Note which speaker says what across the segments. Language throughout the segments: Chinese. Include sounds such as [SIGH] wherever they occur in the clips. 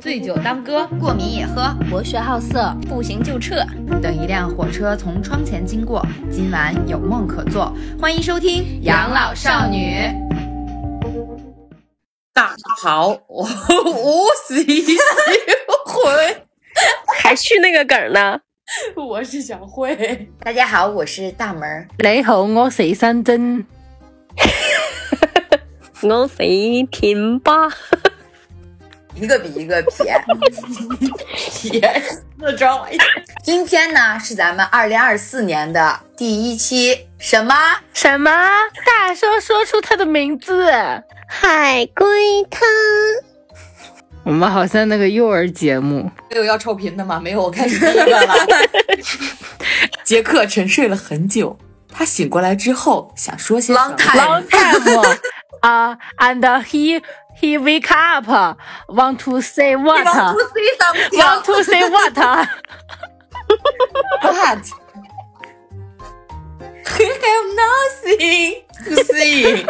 Speaker 1: 醉酒当歌，
Speaker 2: 过敏也喝，
Speaker 3: 博学好色，
Speaker 2: 不行就撤。
Speaker 4: 等一辆火车从窗前经过，今晚有梦可做。欢迎收听《养老少女》。
Speaker 5: 大好，我无喜喜回，
Speaker 6: 还去那个梗呢？
Speaker 5: 我是小慧。
Speaker 4: 大家好，我是大门儿。
Speaker 3: 你好，我是山珍。
Speaker 6: 我是甜吧，
Speaker 4: 一个比一个 [LAUGHS] 撇。
Speaker 5: 别自装，
Speaker 4: 今天呢是咱们二零二四年的第一期，什么？
Speaker 3: 什么？大声说出他的名字！
Speaker 6: 海龟汤。
Speaker 3: 我们好像那个幼儿节目。
Speaker 5: 没有要臭贫的吗？没有，我开始第一个了。 [LAUGHS] 杰克沉睡了很久，他醒过来之后想说些什
Speaker 4: Long
Speaker 5: 么
Speaker 4: time
Speaker 3: Long
Speaker 5: [LAUGHS]
Speaker 3: time 啊、uh,，and he he wake up want to say what
Speaker 4: Want to say something?
Speaker 3: want to say
Speaker 5: [LAUGHS]
Speaker 3: what？
Speaker 5: but [LAUGHS] we have nothing to
Speaker 3: [LAUGHS]
Speaker 5: say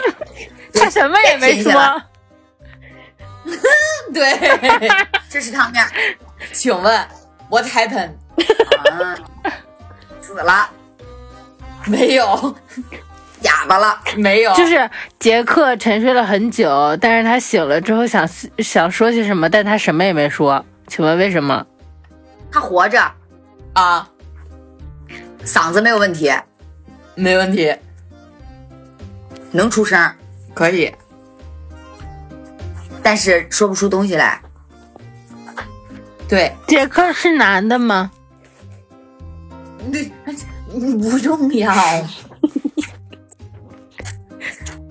Speaker 3: 他什么也没
Speaker 4: 停
Speaker 3: 说
Speaker 4: 下来。
Speaker 5: 对，
Speaker 4: 这是汤面儿。
Speaker 5: 请问 What happened？
Speaker 4: 啊，死了，
Speaker 5: 没有，
Speaker 4: 哑巴了，
Speaker 5: 没有，
Speaker 3: 就是杰克沉睡了很久，但是他醒了之后想想说些什么，但他什么也没说。请问为什么？
Speaker 4: 他活着，
Speaker 5: 啊，
Speaker 4: 嗓子没有问题，
Speaker 5: 没问题，
Speaker 4: 能出声儿，
Speaker 5: 可以。
Speaker 4: 但是说不出东西来。
Speaker 5: 对，
Speaker 3: 杰克是男的吗？
Speaker 5: 不重要。
Speaker 4: [LAUGHS]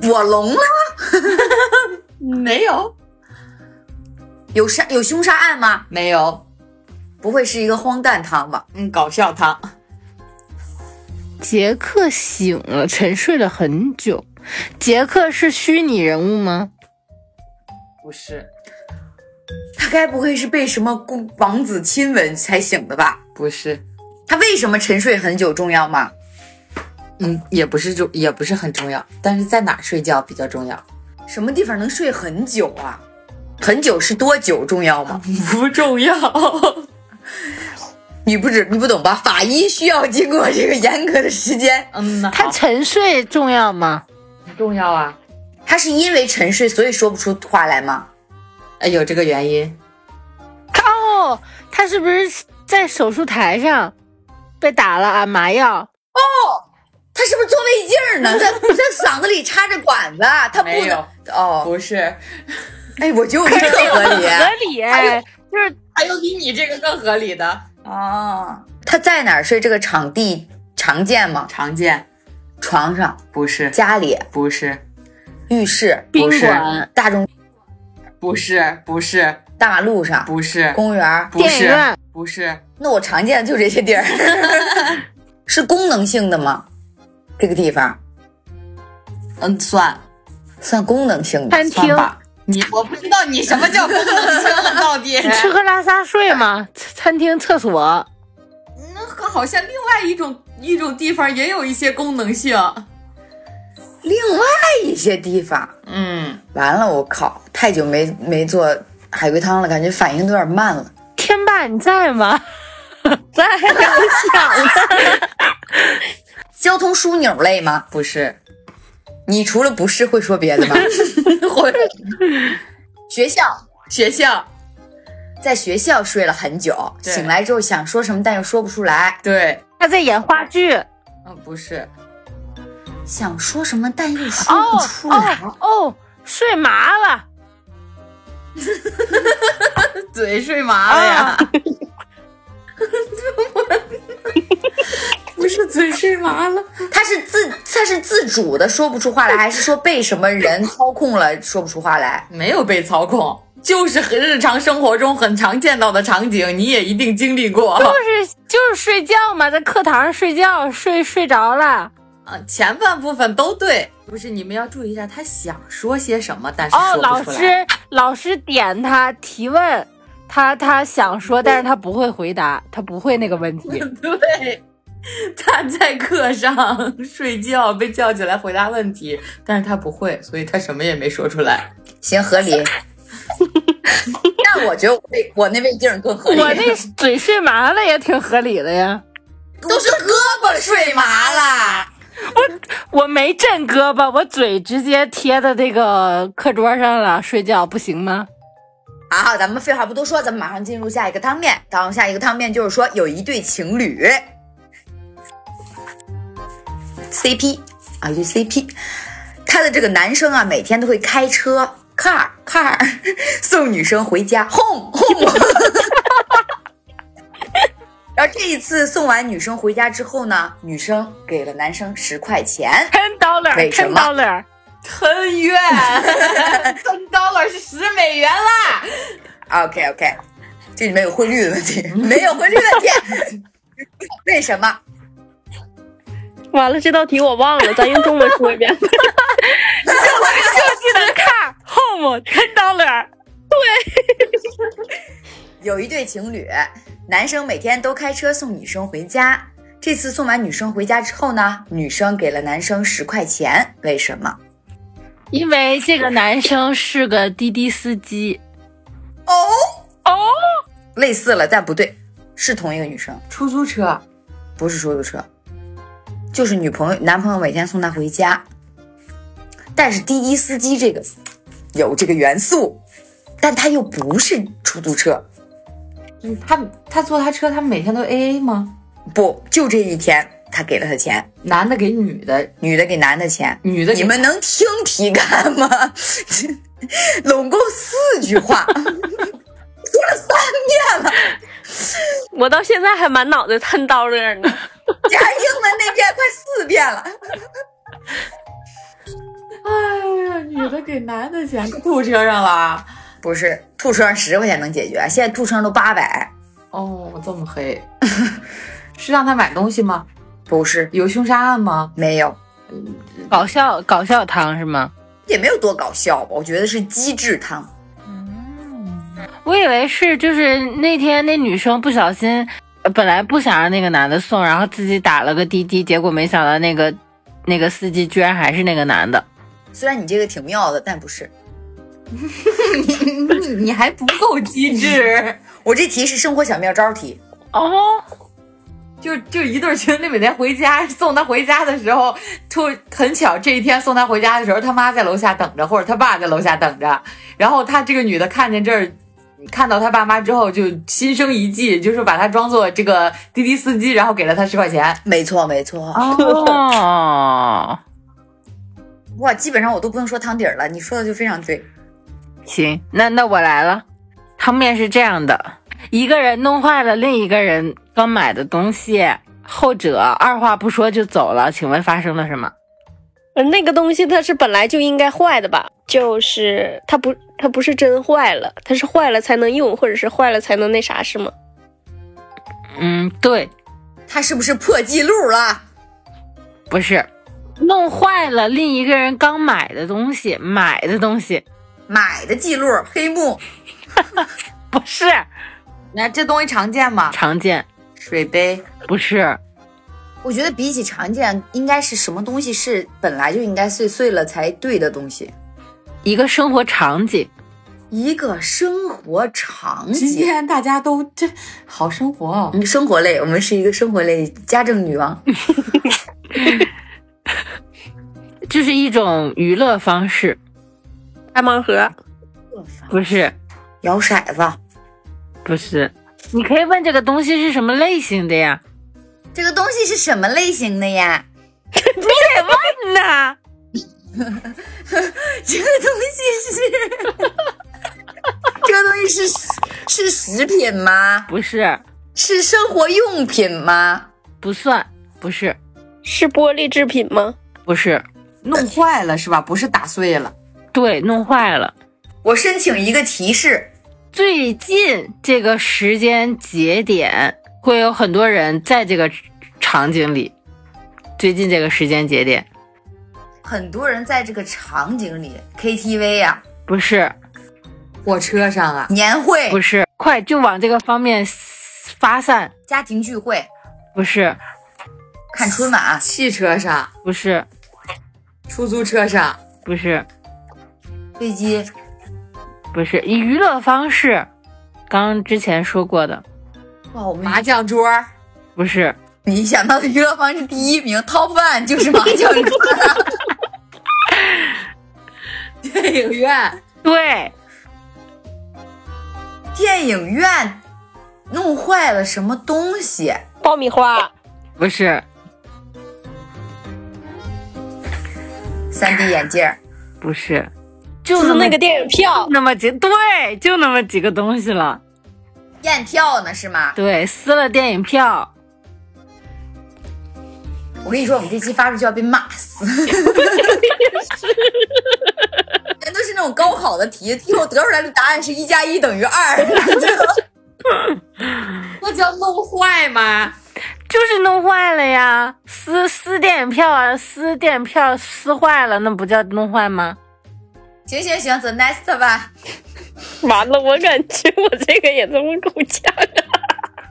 Speaker 4: 我聋了，
Speaker 5: [LAUGHS] 没有，
Speaker 4: 有杀有凶杀案吗？
Speaker 5: 没有。
Speaker 4: 不会是一个荒诞汤吧？
Speaker 5: 嗯，搞笑汤。
Speaker 3: 杰克醒了，沉睡了很久。杰克是虚拟人物吗？
Speaker 5: 不是，
Speaker 4: 他该不会是被什么公王子亲吻才醒的吧？
Speaker 5: 不是，
Speaker 4: 他为什么沉睡很久重要吗？
Speaker 5: 嗯，也不是重，也不是很重要。但是在哪儿睡觉比较重要？
Speaker 4: 什么地方能睡很久啊？很久是多久重要吗？
Speaker 5: [LAUGHS] 不重要。
Speaker 4: [LAUGHS] 你不知你不懂吧？法医需要经过这个严格的时间，
Speaker 5: 嗯呐，
Speaker 3: 他沉睡重要吗？
Speaker 5: 重要啊。
Speaker 4: 他是因为沉睡所以说不出话来吗？
Speaker 5: 哎，有这个原因。
Speaker 3: 他哦，他是不是在手术台上被打了啊麻药？
Speaker 4: 他是不是做胃镜儿
Speaker 5: [LAUGHS]
Speaker 4: 呢？他他嗓子里插着管子，啊他不
Speaker 5: 没
Speaker 4: 能
Speaker 5: 有
Speaker 4: 哦。
Speaker 5: 不是，
Speaker 4: 哎，我觉得我这特合理
Speaker 3: 合理，
Speaker 6: 哎
Speaker 3: 就是
Speaker 5: 还有比你这个更合理的，
Speaker 4: 哦。他在哪儿睡？这个场地常见吗？
Speaker 5: 常见。
Speaker 4: 床上、
Speaker 5: 不是，
Speaker 4: 家里、
Speaker 5: 不是，
Speaker 4: 浴室、
Speaker 3: 宾
Speaker 5: 不是
Speaker 3: 馆、
Speaker 4: 大众
Speaker 5: 不是，不是，
Speaker 4: 大马路上、
Speaker 5: 不是，
Speaker 4: 公园儿。
Speaker 5: 不
Speaker 3: 电影
Speaker 5: 是，
Speaker 3: 院。
Speaker 5: 不是，
Speaker 4: 那我常见的就这些
Speaker 5: [LAUGHS]
Speaker 4: 地儿，是功能性的吗？这个地方
Speaker 5: 嗯，算
Speaker 4: 算功能性的。
Speaker 3: 餐厅
Speaker 5: 算吧。你我不知道你什么叫功能性了，到 [LAUGHS] 底
Speaker 3: 吃喝拉撒睡吗？餐厅、厕所，
Speaker 5: 那好像另外一种一种地方也有一些功能性。
Speaker 4: 另外一些地方，
Speaker 5: 嗯，
Speaker 4: 完了，我靠，太久没没做海龟汤了，感觉反应都有点慢了。
Speaker 3: 天霸你在吗？
Speaker 6: 在想
Speaker 4: 交通枢纽类吗？
Speaker 5: 不是，
Speaker 4: 你除了不是会说别的吗？
Speaker 5: 会
Speaker 4: 学校，
Speaker 5: 学校
Speaker 4: 在学校睡了很久，
Speaker 5: 对
Speaker 4: 醒来之后想说什么，但又说不出来；
Speaker 5: 对，
Speaker 3: 他在演话剧。
Speaker 5: 嗯，不是，
Speaker 4: 想说什么，但又说
Speaker 3: 哦
Speaker 4: 不出来。
Speaker 3: 哦哦，睡麻了。
Speaker 5: 嘴睡麻了呀， [LAUGHS] 不是嘴睡麻了，
Speaker 4: 他是自他是自主的说不出话来，还是说被什么人操控了说不出话来？
Speaker 5: 没有被操控。就是很日常生活中很常见到的场景，你也一定经历过。
Speaker 3: 就是就是睡觉嘛，在课堂上睡觉，睡睡着了。
Speaker 5: 啊，前半部分都对，不是你们要注意一下，他想说些什么，但是
Speaker 3: 哦，
Speaker 5: 说
Speaker 3: 老
Speaker 5: 不出来。
Speaker 3: 师老师点他提问，他他想说，但是他不会回答，他不会那个问题。
Speaker 5: 对，他在课上睡觉被叫起来回答问题，但是他不会，所以他什么也没说出来。
Speaker 4: 行，合理。那但我觉得我那我那胃镜儿更合理，
Speaker 3: 我那嘴睡麻了也挺合理的呀，
Speaker 4: 都是胳膊睡麻了。
Speaker 3: 我没震胳膊，我嘴直接贴到这个课桌上了，睡觉不行吗？
Speaker 4: 好，咱们废话不多说，咱们马上进入下一个汤面。然后下一个汤面就是说，有一对情侣 CP 啊，一对 CP，他的这个男生啊，每天都会开车 car car [LAUGHS] 送女生回家 home home。然后这一次送完女生回家之后呢，女生给了男生十块钱，
Speaker 3: ten dollar，
Speaker 4: 为什
Speaker 3: ten
Speaker 4: 么
Speaker 3: dollar，
Speaker 5: 很远，ten dollar 是十美元啦。
Speaker 4: OK OK，这里面有汇率的问题，没有汇率问题。 [LAUGHS] 为什么？
Speaker 6: 完了，这道题我忘
Speaker 3: [LAUGHS]
Speaker 6: 了，咱用中文说一遍。
Speaker 3: 就记得看 home ten dollar，
Speaker 4: 有一对情侣，男生每天都开车送女生回家。这次送完女生回家之后呢，女生给了男生十块钱，为什么？
Speaker 3: 因为这个男生是个滴滴司机，
Speaker 4: 哦哦，类似了，但不对，是同一个女生，
Speaker 5: 出租车，
Speaker 4: 不是出租车，就是女朋友男朋友每天送她回家。但是滴滴司机这个有这个元素，但他又不是出租车，
Speaker 5: 嗯他他坐他车，他们每天都 A A 吗？
Speaker 4: 不，就这一天他给了他钱，
Speaker 5: 男的给女的，
Speaker 4: 女的给男的钱，
Speaker 5: 女的给
Speaker 4: 你们能听题干吗？ [LAUGHS] 拢共四句话，哎说了三遍了，
Speaker 6: 我到现在还满脑子 ten dollar 呢。
Speaker 4: 加英文那遍快四遍了。
Speaker 5: 哎呀，女的给男的钱，吐车上了。
Speaker 4: 不是，吐车上十块钱能解决，啊现在吐车上都八百。
Speaker 5: 哦，这么 [LAUGHS] 黑，是让他买东西吗？
Speaker 4: 不是，
Speaker 5: 有凶杀案吗？
Speaker 4: 没有，
Speaker 3: 搞笑搞笑汤是吗？
Speaker 4: 也没有多搞笑吧？我觉得是机智汤。
Speaker 3: 我以为是就是那天那女生不小心，呃本来不想让那个男的送，然后自己打了个滴滴，结果没想到那个那个司机居然还是那个男的。
Speaker 4: 虽然你这个挺妙的，但不是。
Speaker 5: 你你还不够机 [LAUGHS] 智，
Speaker 4: 我这题是生活小妙招题，
Speaker 3: 哦，
Speaker 5: 就就一对情侣每天回家 [LAUGHS] 送他回家的时候，突很巧这一天送他回家的时候，他妈在楼下等着，或者他爸在楼下等着，然后他这个女的看见这儿。看到他爸妈之后，就心生一计，就是把他装作这个滴滴司机，然后给了他十块钱。
Speaker 4: 没错没错。
Speaker 5: 啊
Speaker 3: 哦，
Speaker 4: 哇，基本上我都不用说汤底儿了，你说的就非常对。
Speaker 3: 行，那那我来了。汤面是这样的：一个人弄坏了另一个人刚买的东西，后者二话不说就走了。请问发生了什么？
Speaker 6: 那个东西它是本来就应该坏的吧？就是它不，它不是真坏了，它是坏了才能用，或者是坏了才能那啥，是吗？
Speaker 3: 嗯，对，
Speaker 4: 他是不是破纪录了？
Speaker 3: 不是，弄坏了另一个人刚买的东西，买的东西
Speaker 4: 买的记录黑幕，
Speaker 3: 不是
Speaker 5: [LAUGHS] 那这东西常见吗？
Speaker 3: 常见，
Speaker 5: 水杯、
Speaker 3: 不是
Speaker 4: 我觉得比起常见，应该是什么东西是本来就应该碎碎了才对的东西。
Speaker 3: 一个生活场景，
Speaker 4: 一个生活场
Speaker 5: 今
Speaker 4: 景，
Speaker 5: 天大家都这好生活哦，
Speaker 4: 嗯，生活类，我们是一个生活类家政女王。
Speaker 3: 就是一种娱乐方式，
Speaker 6: 开盲盒，
Speaker 3: 不是
Speaker 4: 摇骰子，
Speaker 3: 不是。你可以问这个东西是什么类型的呀？
Speaker 4: 这个东西是什么类型的呀？
Speaker 3: 那
Speaker 4: [LAUGHS] 这个东西是，这个东西是是食品吗？
Speaker 3: 不是，
Speaker 4: 是生活用品吗？
Speaker 3: 不算，不是，
Speaker 6: 是玻璃制品吗？
Speaker 3: 不是，
Speaker 5: 弄坏了是吧？不是打碎了，
Speaker 3: 对，弄坏了。
Speaker 4: 我申请一个提示，
Speaker 3: 最近这个时间节点会有很多人在这个场景里。最近这个时间节点
Speaker 4: 很多人在这个场景里，KTV 呀、
Speaker 3: 不是
Speaker 5: 火车上啊，
Speaker 4: 年会、
Speaker 3: 不是，快就往这个方面发散。
Speaker 4: 家庭聚会、
Speaker 3: 不是
Speaker 4: 看春晚、啊
Speaker 5: 汽车上，
Speaker 3: 不是
Speaker 5: 出租车上，
Speaker 3: 不是
Speaker 4: 飞机。
Speaker 3: 不是，以娱乐方式刚之前说过的，
Speaker 4: 哇，我们
Speaker 5: 麻将桌儿，
Speaker 3: 不是
Speaker 4: 你一想到的娱乐方式第一名 top one 就是麻将桌，
Speaker 5: [LAUGHS] 电影院，
Speaker 3: 对，
Speaker 4: 电影院弄坏了什么东西？
Speaker 6: 爆米花，
Speaker 3: 不是
Speaker 4: 三 D 眼镜儿，
Speaker 3: 不是，就
Speaker 6: 撕
Speaker 3: 那么
Speaker 6: 那个电影票，
Speaker 3: 那么几对，就那么几个东西了。
Speaker 4: 验票呢是吗？
Speaker 3: 对，撕了电影票，
Speaker 4: 我跟你说，我们这期发出去要被骂
Speaker 6: [LAUGHS]
Speaker 4: 死。全都是那种高考的题，最后得出来的答案是一加一等于二。
Speaker 5: [LAUGHS]
Speaker 4: [LAUGHS]
Speaker 5: 那叫弄坏吗？
Speaker 3: 就是弄坏了呀，撕撕电影票啊，撕电影票撕坏了，那不叫弄坏吗？
Speaker 4: 行行行，the next 吧。
Speaker 6: 完了，我感觉我这个也这么够呛啊！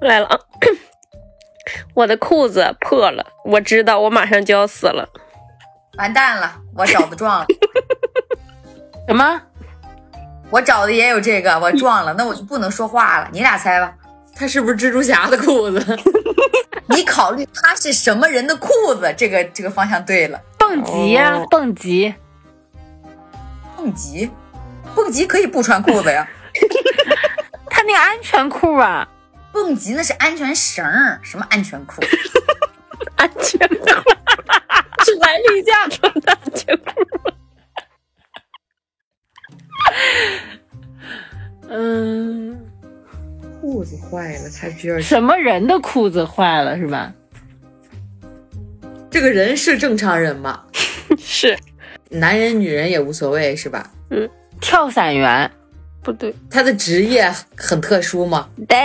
Speaker 6: 我来了啊，我的裤子破了，我知道我马上就要死了。
Speaker 4: 完蛋了，我找的撞了，
Speaker 3: 什么？
Speaker 4: 我找的也有这个，我撞了，那我就不能说话了。你俩猜吧，
Speaker 5: 他是不是蜘蛛侠的裤子？
Speaker 4: 你考虑他是什么人的裤子，这个这个方向对了。
Speaker 3: 蹦极呀、蹦极，
Speaker 4: 蹦极，蹦极可以不穿裤子呀，
Speaker 3: 他那个安全裤啊，
Speaker 4: 蹦极那是安全绳儿，什么安全裤？
Speaker 6: 安全裤，是来例假穿的安全裤。
Speaker 3: 嗯，
Speaker 5: 裤子坏了才觉得
Speaker 3: 什么人的裤子坏了是吧？
Speaker 5: 这个人是正常人吗？
Speaker 6: [LAUGHS] 是
Speaker 5: 男人女人也无所谓是吧？
Speaker 3: 跳伞员、
Speaker 6: 不对？
Speaker 5: 他的职业很特殊吗？
Speaker 6: 对，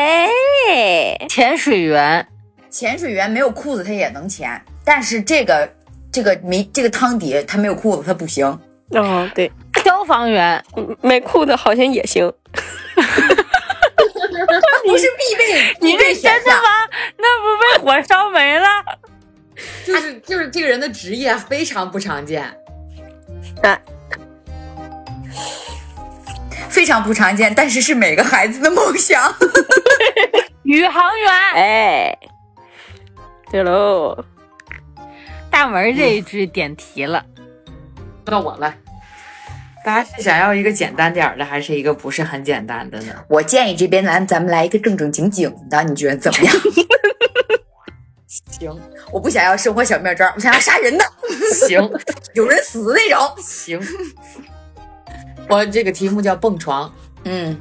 Speaker 3: 潜水员，
Speaker 4: 潜水员没有裤子他也能潜，但是这个这个没这个汤底他没有裤子他不行。
Speaker 6: 哦对，
Speaker 3: 消防员，
Speaker 6: 没嗯裤子好像也行。
Speaker 4: 他不是必备，
Speaker 3: 你
Speaker 4: 必备
Speaker 3: 这
Speaker 4: 选
Speaker 3: 真的
Speaker 4: 项。
Speaker 3: 吗？那不被火烧没了？
Speaker 5: 就是就是这个人的职业非常不常见，
Speaker 6: 啊，
Speaker 4: 非常不常见，但是是每个孩子的梦想。
Speaker 3: 宇航员，
Speaker 6: 哎，对喽，
Speaker 3: 大门这一句点题了。
Speaker 5: 到我了。大家是想要一个简单点儿的，还是一个不是很简单的呢？
Speaker 4: 我建议这边咱咱们来一个正正经经的，你觉得怎么样？
Speaker 5: 行
Speaker 4: 我不想要生活小妙招，我想要杀人的， [LAUGHS]
Speaker 5: 行
Speaker 4: 有人死的那种。
Speaker 5: 行， [LAUGHS] 我这个题目叫蹦床。
Speaker 4: 嗯，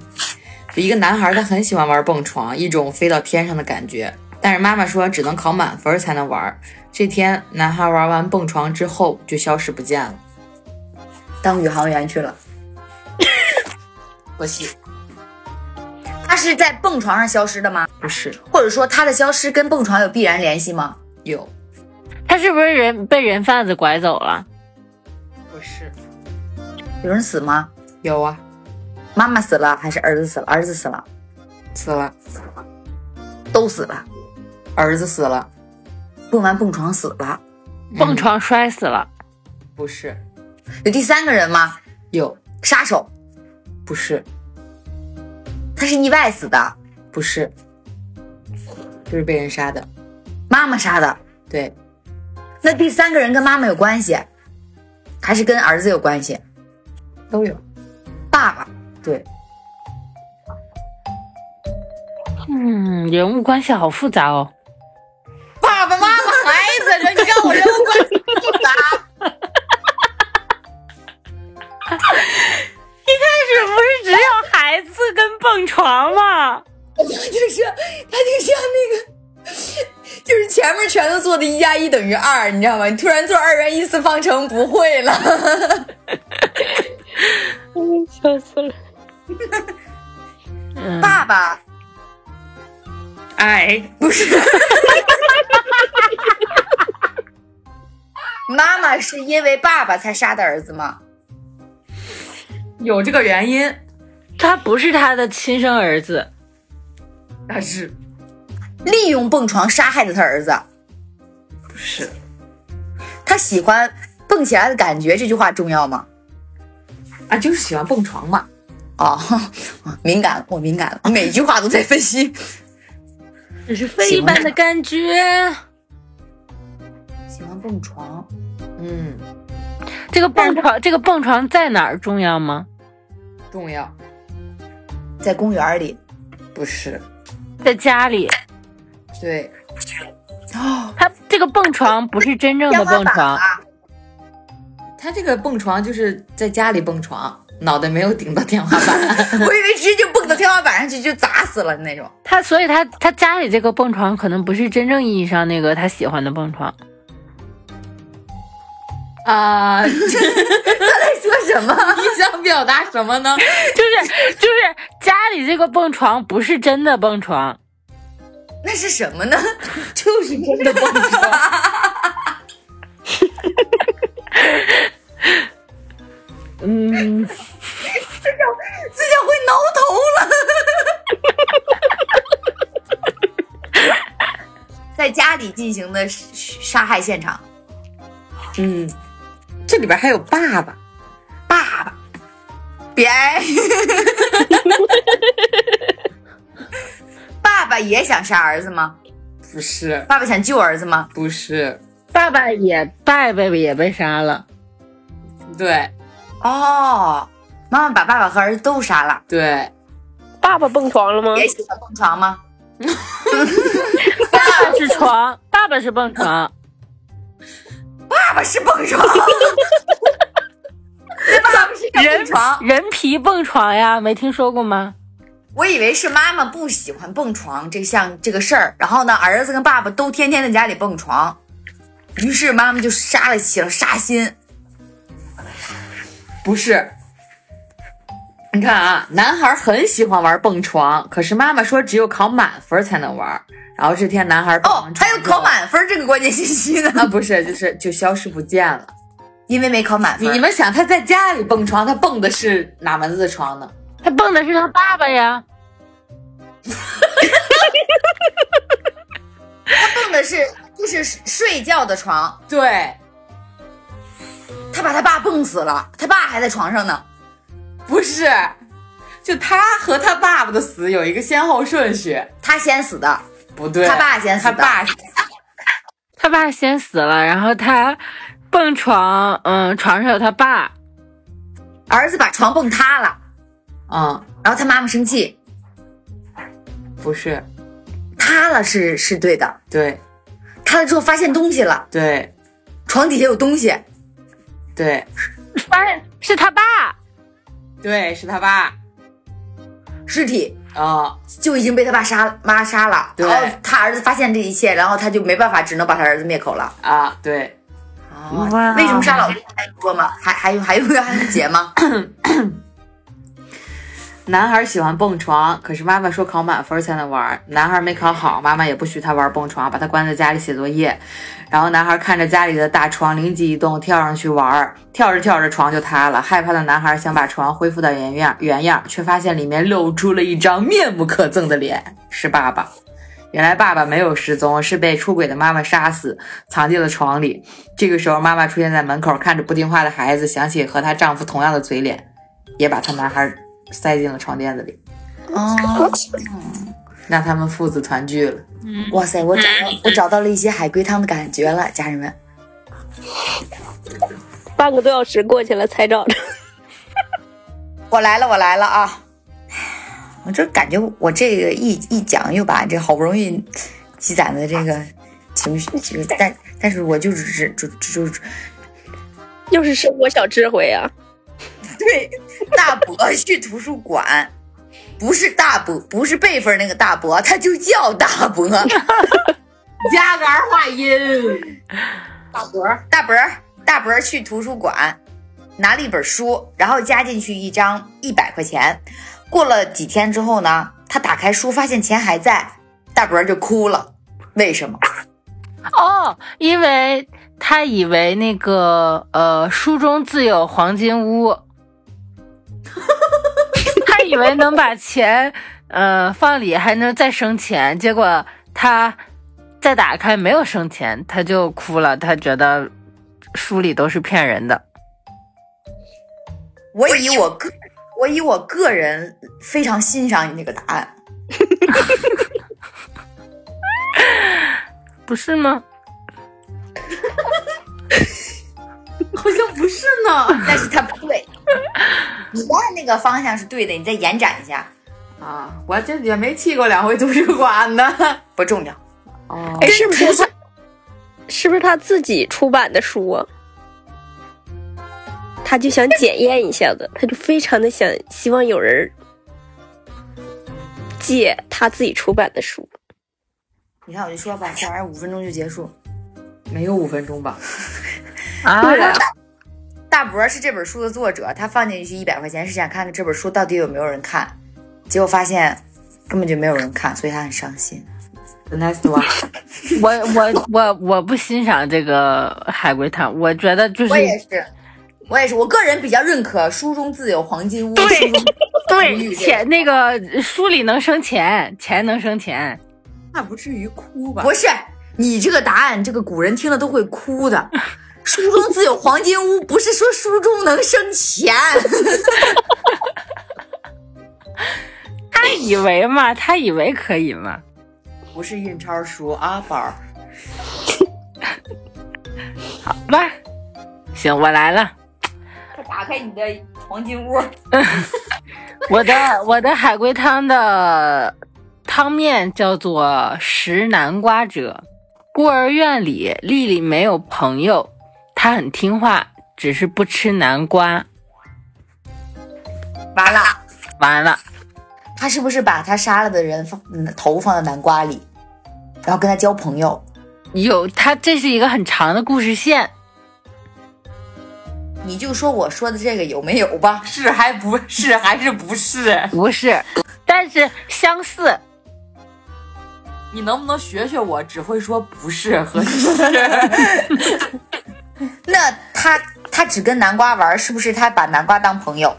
Speaker 5: 一个男孩他很喜欢玩蹦床，一种飞到天上的感觉。但是妈妈说只能考满分才能玩。这天，男孩玩完蹦床之后就消失不见了。
Speaker 4: 当宇航员去了。
Speaker 5: 不信，
Speaker 4: 他是在蹦床上消失的吗？
Speaker 5: 不是
Speaker 4: 或者说他的消失跟蹦床有必然联系吗？
Speaker 5: 有，
Speaker 3: 他是不是人被人贩子拐走了？
Speaker 5: 不是
Speaker 4: 有人死吗？
Speaker 5: 有啊，
Speaker 4: 妈妈死了还是儿子死了？儿子死了，
Speaker 5: 死了，
Speaker 4: 都死了。
Speaker 5: 儿子死了，
Speaker 4: 蹦完蹦床死了，
Speaker 3: 蹦床摔死了，
Speaker 5: 不是
Speaker 4: 有第三个人吗？
Speaker 5: 有，
Speaker 4: 杀手，
Speaker 5: 不是
Speaker 4: 他是意外死的，
Speaker 5: 不是，就是被人杀的。
Speaker 4: 妈妈杀的。
Speaker 5: 对，
Speaker 4: 那第三个人跟妈妈有关系，还是跟儿子有关系？
Speaker 5: 都有。
Speaker 4: 爸爸，
Speaker 5: 对，
Speaker 3: 嗯，人物关系好复杂哦。
Speaker 5: 爸爸妈妈孩子，你让我人物关系
Speaker 3: 是不是只有孩子跟蹦床吗？
Speaker 4: 就是他就像那个，就是前面全都做的一加一等于二，你知道吗？你突然做二元一次方程不会了。
Speaker 6: 笑死了。
Speaker 3: 嗯，
Speaker 4: 爸爸，
Speaker 5: 哎，
Speaker 4: 不是。妈妈是因为爸爸才杀的儿子吗？
Speaker 5: 有这个原因，
Speaker 3: 他不是他的亲生儿子，
Speaker 5: 但是
Speaker 4: 利用蹦床杀害的他儿子，
Speaker 5: 不是
Speaker 4: 他喜欢蹦起来的感觉，这句话重要吗？
Speaker 5: 啊？就是喜欢蹦床嘛。
Speaker 4: 哦， [LAUGHS] 敏感，我敏感了， [LAUGHS] 每句话都在分析。
Speaker 6: 这是飞般的感觉。
Speaker 4: 喜欢蹦床，
Speaker 5: 嗯，
Speaker 3: 这个蹦床，这个蹦床在哪儿重要吗？
Speaker 5: 重要
Speaker 4: 在公园里，
Speaker 5: 不是？
Speaker 3: 在家里，
Speaker 5: 对，
Speaker 3: 它这个蹦床不是真正的蹦床，
Speaker 4: 啊
Speaker 5: 他这个蹦床就是在家里蹦床，脑袋没有顶到天花板。 [LAUGHS]
Speaker 4: 我以为直接就蹦到天花板上去就砸死了那种。 [LAUGHS]
Speaker 3: 它所以它它家里这个蹦床可能不是真正意义上那个他喜欢的蹦床。
Speaker 5: 啊、
Speaker 4: 说什么？
Speaker 5: 你想表达什么呢？
Speaker 3: 就是就是家里这个蹦床不是真的蹦床，
Speaker 4: 那是什么呢？
Speaker 5: 就是真的蹦床，
Speaker 3: 嗯，
Speaker 4: 自己会挠头了。在家里进行的杀杀害现场，
Speaker 5: 嗯，这里边还有爸爸，
Speaker 4: 爸爸，别， [LAUGHS] 爸爸也想杀儿子吗？
Speaker 5: 不是，
Speaker 4: 爸爸想救儿子吗？
Speaker 5: 不是，
Speaker 3: 爸爸也爸爸也被杀了，
Speaker 5: 对
Speaker 4: 哦，妈妈把爸爸和儿子都杀了，
Speaker 5: 对，
Speaker 6: 爸爸蹦床了吗？
Speaker 4: 也喜欢蹦床吗？
Speaker 3: 爸爸是床，爸爸是蹦床，
Speaker 4: 爸爸啊是蹦床，那爸爸是个蹦床。
Speaker 3: 人皮蹦床呀，没听说过吗？
Speaker 4: 我以为是妈妈不喜欢蹦床这项这个事儿，然后呢，儿子跟爸爸都天天在家里蹦床，于是妈妈就杀了起了杀心。
Speaker 5: 不是。你看啊，男孩很喜欢玩蹦床，可是妈妈说只有考满分才能玩。然后这天男孩
Speaker 4: 哦，还有考
Speaker 5: 满
Speaker 4: 满分这个关键信息呢，
Speaker 5: 啊，不是，就是就消失不见了。
Speaker 4: 因为没考满
Speaker 5: 你
Speaker 4: 分。
Speaker 5: 你们想，他在家里蹦床，他蹦的是哪门子的床呢？
Speaker 3: 他蹦的是他爸爸呀，
Speaker 4: 蹦的是就是睡觉的床，
Speaker 5: 对，
Speaker 4: 他把他爸蹦死了，他爸还在床上呢。
Speaker 5: 不是，就他和他爸爸的死有一个先后顺序，
Speaker 4: 他先死的，
Speaker 5: 不对，
Speaker 4: 他爸先死
Speaker 5: 他
Speaker 4: 的
Speaker 5: 爸
Speaker 3: 他爸先死了，然后他蹦床，嗯，床上有他爸，
Speaker 4: 儿子把床蹦塌了，
Speaker 5: 嗯，
Speaker 4: 然后他妈妈生气，
Speaker 5: 不是，
Speaker 4: 塌了是是对的，
Speaker 5: 对
Speaker 4: 塌了之后发现东西了，
Speaker 5: 对
Speaker 4: 床底下有东西，
Speaker 5: 对
Speaker 3: 发现是他爸，
Speaker 5: 对，是他爸
Speaker 4: 尸体。
Speaker 5: 啊、
Speaker 4: 就已经被他爸杀妈杀了，
Speaker 5: 对
Speaker 4: 然后他儿子发现这一切，然后他就没办法，只能把他儿子灭口了。
Speaker 5: 啊，对，
Speaker 3: 啊
Speaker 4: 哦为什么杀老公还说吗？还还有还有还有姐吗？
Speaker 5: 男孩喜欢蹦床，可是妈妈说考满分才能玩。男孩没考好，妈妈也不许他玩蹦床，把他关在家里写作业。然后男孩看着家里的大床，灵机一动，跳上去玩。跳着跳着，床就塌了。害怕的男孩想把床恢复到原样，原样，却发现里面露出了一张面目可憎的脸，是爸爸。原来爸爸没有失踪，是被出轨的妈妈杀死，藏进了床里。这个时候，妈妈出现在门口，看着不听话的孩子，想起和她丈夫同样的嘴脸，也把她男孩塞进了床垫子里，
Speaker 4: 哦，
Speaker 5: 让他们父子团聚了。
Speaker 4: 哇塞，我找到我找到了一些海龟汤的感觉了，家人们。
Speaker 6: 半个多小时过去了才找着。
Speaker 4: 我来了，我来了啊！我这感觉我这个一一讲，又把这好不容易积攒的这个情绪，这个但但是我就只只只就
Speaker 6: 又是生活小智慧啊！
Speaker 4: 对， [LAUGHS] 大伯去图书馆，不是大伯，不是辈分那个大伯，他就叫大伯。 [LAUGHS]
Speaker 5: 加杆化音，
Speaker 4: 大伯，大伯去图书馆，拿了一本书，然后加进去一张一百块钱。过了几天之后呢，他打开书，发现钱还在，大伯就哭了。为什么？
Speaker 3: 哦，因为他以为那个呃书中自有黄金屋，他以
Speaker 6: [LAUGHS]
Speaker 3: 为能把钱呃放里还能再生钱，结果他再打开没有生钱，他就哭了，他觉得书里都是骗人的。
Speaker 4: 我以我个我以我个人非常欣赏你这个答案，
Speaker 6: 不是吗？
Speaker 5: 好像不是呢。
Speaker 4: 但是它不对。你的那个方向是对的，你再延展一下，
Speaker 5: 啊，我这也没去过两回图书馆呢。 [LAUGHS]
Speaker 4: 不重要。
Speaker 5: 哦
Speaker 6: 哎，是不是他？是不是他自己出版的书啊？他就想检验一下子，他就非常的想希望有人借他自己出版
Speaker 2: [LAUGHS]
Speaker 6: 的书。
Speaker 4: 你看，我就说吧，这玩意儿五分钟就结束。
Speaker 5: 没有五分钟吧？
Speaker 3: 啊，
Speaker 6: 对啊，
Speaker 4: 大伯是这本书的作者，他放进去一百块钱是想看看这本书到底有没有人看，结果发现根本就没有人看，所以他很伤心。
Speaker 5: nice one。
Speaker 3: 我我我我不欣赏这个海龟汤，我觉得就是
Speaker 4: 我也是，我也是，我个人比较认可“书中自有黄金屋”，书中
Speaker 3: 对钱那个书里能生钱，钱能生钱，
Speaker 5: 那不至于哭吧
Speaker 4: 不是你这个答案，这个古人听了都会哭的。书中自有黄金屋，不是说书中能生钱。
Speaker 3: 他以为嘛，他以为可以嘛，
Speaker 5: 不是印钞书啊，宝儿。
Speaker 3: 好吧，行，我来了。
Speaker 4: 打开你的黄金
Speaker 5: [LAUGHS]
Speaker 4: 屋，
Speaker 3: 我
Speaker 4: [LAUGHS]
Speaker 3: 的我的海龟汤的汤面叫做食南瓜者。孤儿院里，丽丽没有朋友，她很听话，只是不吃南瓜。
Speaker 4: 完了，
Speaker 3: 完了，
Speaker 4: 他是不是把他杀了的人放嗯头放在南瓜里，然后跟他交朋友？
Speaker 3: 有它这是一个很长的故事线，
Speaker 4: 你就说我说的这个有没有吧？
Speaker 5: 是还不是还是不是？
Speaker 3: 不是，但是相似。
Speaker 5: 你能不能学学我？只会说不是 [LAUGHS] 和是。
Speaker 4: 那他他只跟南瓜玩，是不是他把南瓜当朋友？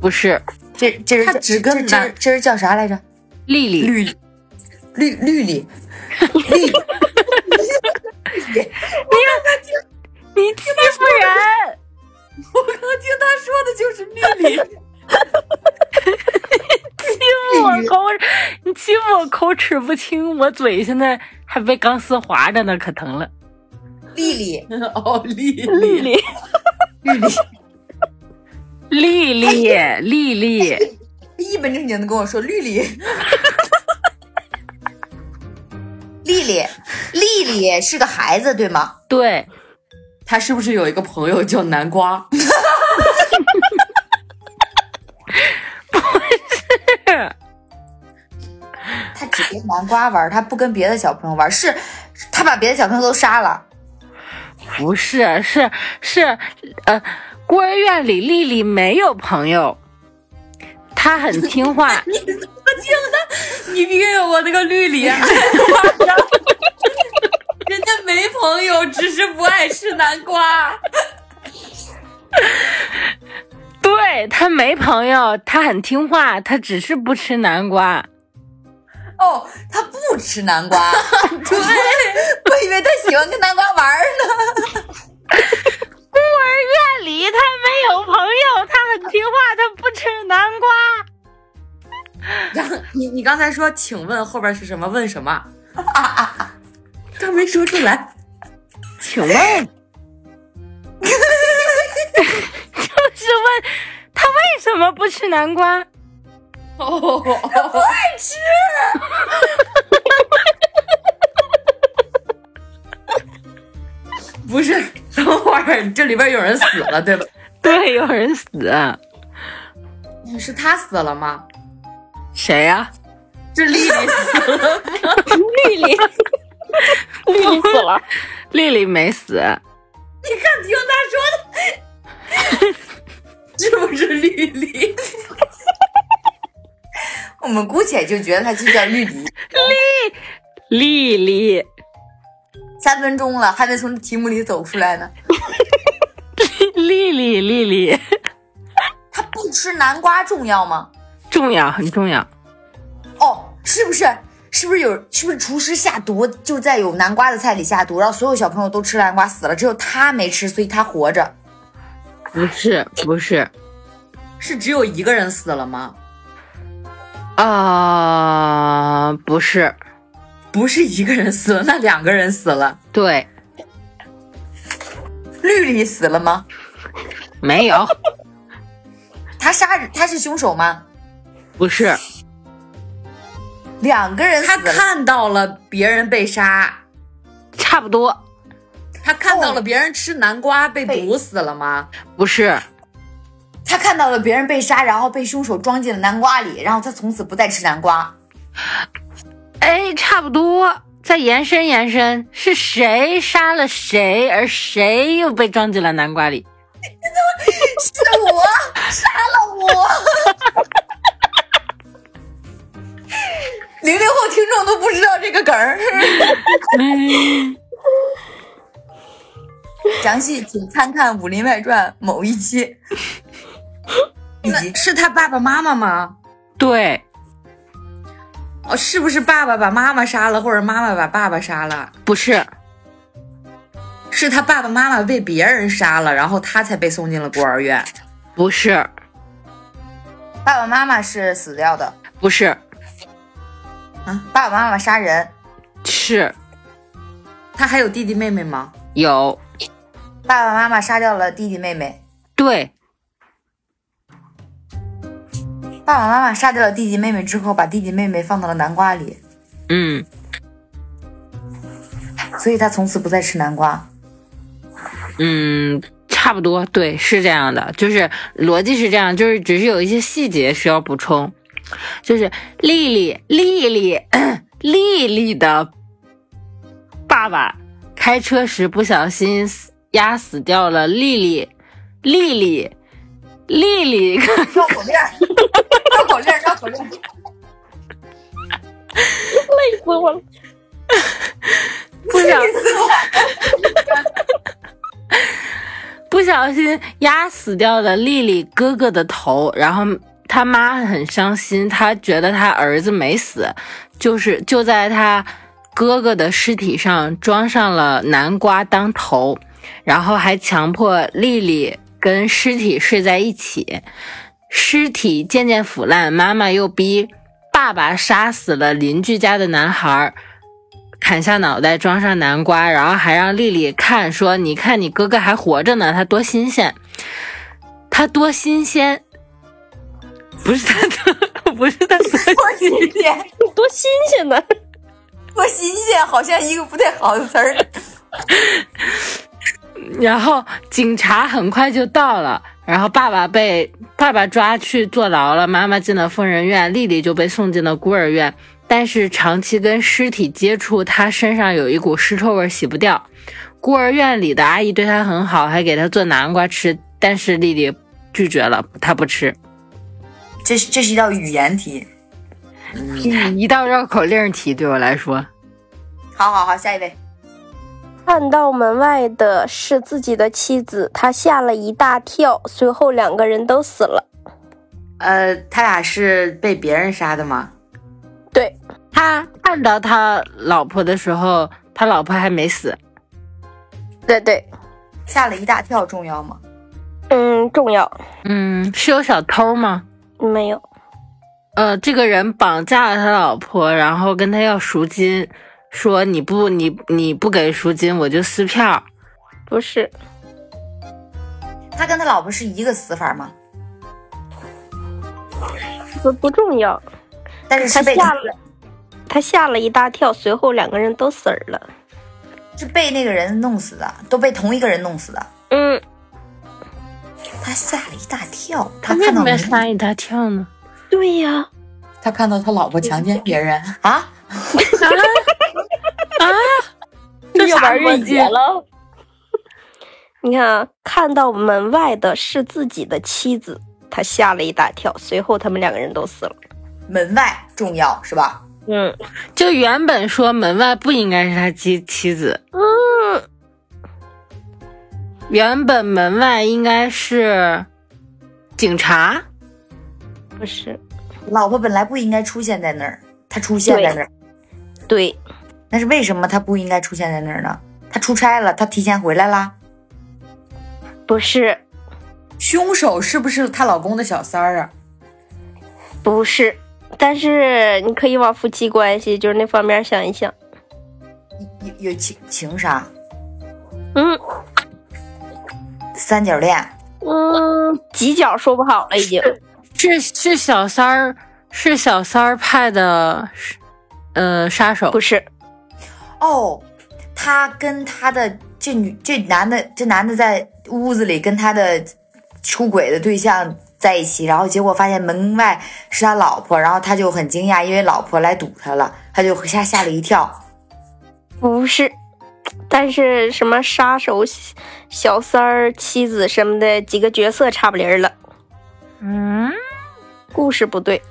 Speaker 3: 不是
Speaker 4: 这这是
Speaker 5: 他只跟
Speaker 4: 这这
Speaker 5: 南
Speaker 4: 这是叫啥来着？
Speaker 3: 丽丽，
Speaker 5: 绿
Speaker 4: 绿绿里，
Speaker 3: 你欺负人！
Speaker 5: 我听他说的就是绿
Speaker 4: [LAUGHS]
Speaker 5: 里，
Speaker 3: 欺负我口， [LAUGHS] 你欺负我口齿不清，我嘴现在还被钢丝划着呢，可疼了。
Speaker 4: 丽丽，
Speaker 5: 哦，绿
Speaker 6: 丽
Speaker 5: 里，
Speaker 6: 丽，
Speaker 3: 丽丽，丽丽。
Speaker 4: 一本正经的跟我说绿里， [LAUGHS] 丽丽，丽丽是个孩子对吗？
Speaker 3: 对，
Speaker 5: 他是不是有一个朋友叫南瓜？ [LAUGHS]
Speaker 4: 她只跟南瓜玩，她不跟别的小朋友玩，是她把别的小朋友都杀了。
Speaker 3: 不是，是是，呃，孤儿院里丽丽没有朋友，她很听
Speaker 5: [LAUGHS]
Speaker 3: 话，
Speaker 5: 你别我那个
Speaker 3: [LAUGHS]
Speaker 5: 绿里，人家没朋友，只是不爱吃南瓜。
Speaker 3: 对她没朋友，她很听话，她只是不吃南瓜。
Speaker 4: 哦，她不吃南
Speaker 5: [LAUGHS]
Speaker 4: 瓜， [LAUGHS] 对，我以为她喜欢跟南瓜玩呢。
Speaker 3: 院里她没有朋友，她很听话，她不吃南瓜。
Speaker 5: 然后你你刚才说，请问后边是什么？问什 [LAUGHS] 么？他没说出来。
Speaker 3: 请问， [LAUGHS] 就是问她为什么不吃南瓜？
Speaker 5: 哦，不爱吃。不 [LAUGHS] 是，等会儿这里边有人死了，对吧？
Speaker 3: 对，有人死，
Speaker 5: 是他死了吗？
Speaker 3: 谁 [LAUGHS] 呀、
Speaker 5: 是丽丽死了。
Speaker 6: 丽丽，丽丽死了。
Speaker 3: [LAUGHS] 丽丽没死，
Speaker 5: [LAUGHS] 听他 [LAUGHS] 说的，是不是绿丽？
Speaker 4: [LAUGHS] 我们姑且就觉得她就叫绿迪。
Speaker 3: 丽丽。 [LAUGHS]
Speaker 4: 三分钟了，还没从题目里走出来呢。
Speaker 3: 丽丽，丽丽，
Speaker 4: 她不吃南瓜重要吗？
Speaker 3: 重要，很重要。
Speaker 4: 哦，是不是？是不是有？是不是厨师下毒，就在有南瓜的菜里下毒，然后所有小朋友都吃南瓜死了，只有她没吃，所以她活着。
Speaker 3: 不是，不是，
Speaker 5: 是只有一个人死了吗？
Speaker 3: 啊、不是，
Speaker 5: 不是一个人死了，那两个人死了。
Speaker 3: 对，
Speaker 5: 绿里死了吗？
Speaker 3: 没有， [LAUGHS]
Speaker 5: 他杀人，他是凶手吗？
Speaker 3: 不是，
Speaker 4: 两个人
Speaker 5: 他
Speaker 4: 死了，
Speaker 5: 看到了别人被杀，
Speaker 3: 差不多，
Speaker 5: 他看到了别人吃南瓜被哎毒死了吗？
Speaker 3: 不是，
Speaker 4: 他看到了别人被杀，然后被凶手装进了南瓜里，然后他从此不再吃南瓜。
Speaker 3: 哎，差不多。再延伸延伸，是谁杀了谁，而谁又被装进了南瓜里？
Speaker 4: 是我杀了我。
Speaker 5: 零零后听众都不知道这个梗 [LAUGHS] 儿。
Speaker 4: 详细请参看《武林外传》某一期。
Speaker 5: [LAUGHS] 那是他爸爸妈妈吗？
Speaker 3: [LAUGHS] 对，
Speaker 5: 哦，是不是爸爸把妈妈杀了，或者妈妈把爸爸杀了？
Speaker 3: 不是，
Speaker 5: 是他爸爸妈妈被别人杀了，然后他才被送进了孤儿院。
Speaker 3: 不是，
Speaker 4: [LAUGHS] 爸爸妈妈是死掉的，
Speaker 3: 不是，
Speaker 4: 爸爸妈妈杀人，
Speaker 3: 是
Speaker 5: 他还有弟弟妹妹吗？
Speaker 3: 有，
Speaker 4: 爸爸妈妈杀掉了弟弟妹妹，
Speaker 3: 对，
Speaker 4: 爸爸妈妈杀掉了弟弟妹妹之后，把弟弟妹妹放到了南瓜里，
Speaker 3: 嗯，
Speaker 4: 所以他从此不再吃南 [LAUGHS] 瓜。
Speaker 3: 嗯，差不多，对，是这样的，就是逻辑是这样，就是只是有一些细节需要补充，就是丽丽，丽丽， [COUGHS] 丽丽的爸爸开车时不小心死压死掉了丽丽，丽丽，丽丽，
Speaker 4: 绕口令儿，绕口令儿，绕口令儿。 [LAUGHS]
Speaker 6: 累死我了。
Speaker 3: 不小心，
Speaker 4: [LAUGHS]
Speaker 3: 不小心压死掉了丽丽哥哥的头，然后他妈很伤心，他觉得他儿子没死，就是就在他哥哥的尸体上装上了南瓜当头，然后还强迫丽丽跟尸体睡在一起。尸体渐渐腐烂，妈妈又逼爸爸杀死了邻居家的男孩儿，砍下脑袋装上南瓜，然后还让丽丽看，说：“你看你哥哥还活着呢，他多新鲜，他多新鲜。” [LAUGHS] 不是他 [LAUGHS] 多，不是他多
Speaker 4: 多新鲜， [LAUGHS]
Speaker 6: 多新鲜呢！
Speaker 4: 多新鲜，好像一个不太好的词儿。
Speaker 3: 然后警察很快就到了，然后爸爸被爸爸抓去坐牢了，妈妈进了疯人院，丽丽就被送进了孤儿院。但是长期跟尸体接触，她身上有一股尸臭味，洗不掉。孤儿院里的阿姨对她很好，还给她做南瓜吃，但是丽丽拒绝了，她不吃。
Speaker 4: 这是这是一道语言题。
Speaker 3: 嗯一道绕口令题对我来说，
Speaker 4: 好好好，下一位。
Speaker 2: [LAUGHS] 看到门外的是自己的妻子，他吓了一大跳，随后两个人都死了。
Speaker 5: 呃，他俩是被别人杀的吗？
Speaker 2: 对，
Speaker 3: 他看到他老婆的时候，他老婆还没死。
Speaker 2: 对对，
Speaker 4: 吓了一大跳，重要吗？
Speaker 2: 嗯，重要
Speaker 3: 嗯，是有小偷吗？
Speaker 2: 没有？
Speaker 3: 呃，这个人绑架了他老婆，然后跟他要赎金，说你不你你不给赎金，我就撕票。
Speaker 2: 不是，
Speaker 4: 他跟他老婆是一个死法吗？
Speaker 2: 不不重要。
Speaker 4: 但是是被
Speaker 2: 嗯吓了，他吓了一大跳，随后两个人都死儿了。
Speaker 4: 是被那个人弄死的，都被同一个人弄死的。
Speaker 2: 嗯，
Speaker 4: 他吓了一大跳，他
Speaker 3: 他
Speaker 4: 看
Speaker 3: 为什
Speaker 4: 到
Speaker 3: 么要
Speaker 4: 门
Speaker 3: 吓一大跳呢？
Speaker 2: 对呀、
Speaker 5: 他看到他老婆强奸别人，
Speaker 4: [LAUGHS] 啊，
Speaker 6: 这
Speaker 3: 又玩运气
Speaker 6: 节了？
Speaker 2: [LAUGHS] 你看啊，看到门外的是自己的妻子，他吓了一大跳，随后他们两个人都死了。
Speaker 4: 门外重要是吧？
Speaker 2: 嗯
Speaker 3: 就原本说门外不应该是他妻妻子，
Speaker 2: 嗯，
Speaker 3: 原本门外应该是警察。
Speaker 2: 不是，
Speaker 4: 老婆本来不应该出现在那儿，她出现在那儿，
Speaker 2: 对，
Speaker 4: 那是为什么她不应该出现在那儿呢？她出差了，她提前回来啦，
Speaker 2: 不是，
Speaker 5: 凶手是不是她老公的小三儿啊？
Speaker 6: 不是，但是你可以往夫妻关系就是那方面想一想。
Speaker 4: 有有情情杀，
Speaker 6: 嗯
Speaker 4: 三角恋，
Speaker 2: [LAUGHS]
Speaker 6: 嗯，几脚说不好了，已经。
Speaker 3: 是是小三儿，是小三儿派的，呃，杀手
Speaker 6: 不是，
Speaker 4: 哦，他跟他的这女这男的这男的在屋子里跟他的出轨的对象在一起，然后结果发现门外是他老婆，然后他就很惊讶，因为老婆来堵他了，他就吓吓了一跳。
Speaker 6: 不是，但是什么杀手、小三儿、妻子什么的几个角色差不离儿了，
Speaker 3: 嗯，
Speaker 6: 故事不对，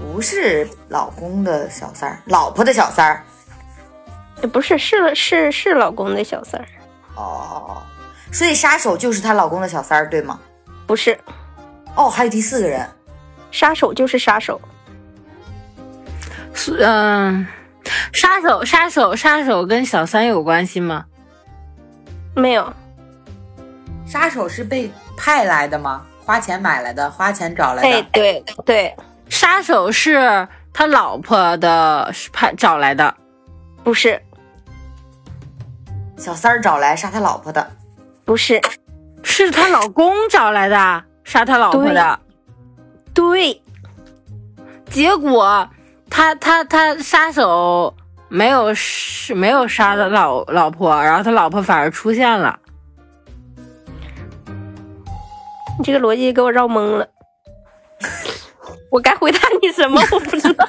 Speaker 4: 不是老公的小三儿，老婆的小三儿。
Speaker 6: 不是是是是老公的小三儿，
Speaker 4: 哦，所以杀手就是她老公的小三儿，对吗？
Speaker 6: 不是
Speaker 4: 哦，还有第四个人，
Speaker 6: 杀手就是杀手，
Speaker 3: 是嗯、杀手杀手杀手跟小三有关系吗？
Speaker 6: 没有
Speaker 5: 杀手是被派来的吗？花钱买来的，花钱找来
Speaker 6: 哎
Speaker 5: 的。
Speaker 6: 对对
Speaker 3: 杀手是他老婆的是派找来的，
Speaker 6: 不是
Speaker 4: 小三儿找来杀他老婆的。
Speaker 6: 不是
Speaker 3: 是她老公找来的，杀他老婆的。
Speaker 6: 对
Speaker 3: 结果他他他杀手没有是没有杀他老老婆，然后他老婆反而出现了。
Speaker 6: 你这个逻辑给我绕懵 [LAUGHS] 了，我该回答你什么？我不知道。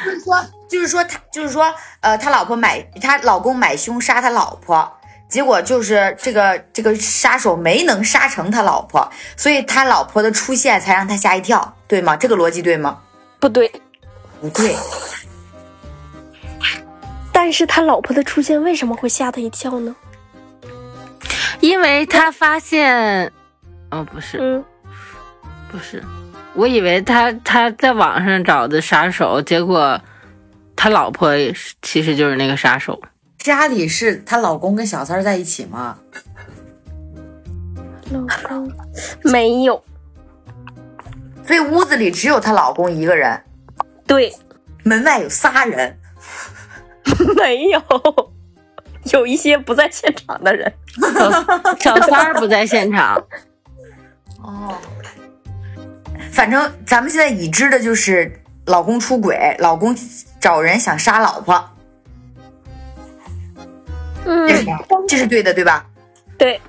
Speaker 4: 就是说，就是说他，就是说，呃，他老婆买他老公买凶杀他老婆，结果就是这个这个杀手没能杀成他老婆，所以他老婆的出现才让他吓一跳，对吗？这个逻辑对吗？
Speaker 6: [LAUGHS] 不对，
Speaker 4: 不对，
Speaker 6: 但是他老婆的出现为什么会吓他一跳呢？
Speaker 3: 因为他发现，哦，不是，
Speaker 6: 嗯，
Speaker 3: 不是，我以为他他在网上找的杀手，结果他老婆其实就是那个杀手。
Speaker 5: 家里是她老公跟小三儿在一起吗？
Speaker 6: 老公没有，
Speaker 4: 所以屋子里只有她老公一个人，
Speaker 6: 对，
Speaker 4: 门外有仨人，
Speaker 6: [LAUGHS] 没有，有一些不在现场的人。
Speaker 3: 小小三儿不在现场，
Speaker 4: 哦反正咱们现在已知的就是老公出轨，老公找人想杀老婆，
Speaker 6: 嗯
Speaker 4: 这，是这是对的，对吧？
Speaker 6: 对，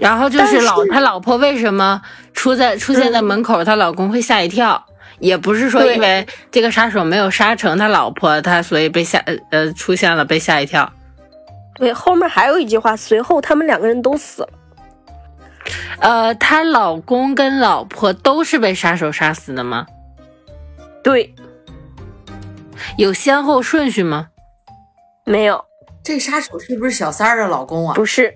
Speaker 3: 然后就是老他老婆为什么出
Speaker 6: 嗯
Speaker 3: 在出现在门口，她老公会吓一跳，也不是说
Speaker 6: 对
Speaker 3: 因为这个杀手没有杀成他老婆，他所以被吓呃呃出现了被吓一跳。
Speaker 6: 对，后面还有一句话，随后他们两个人都死了。
Speaker 3: 呃，她老公跟老婆都是被杀手杀死的吗？
Speaker 6: 对，
Speaker 3: 有先后顺序吗？
Speaker 6: 没有，
Speaker 5: 这杀手是不是小三儿的老公啊？
Speaker 6: 不是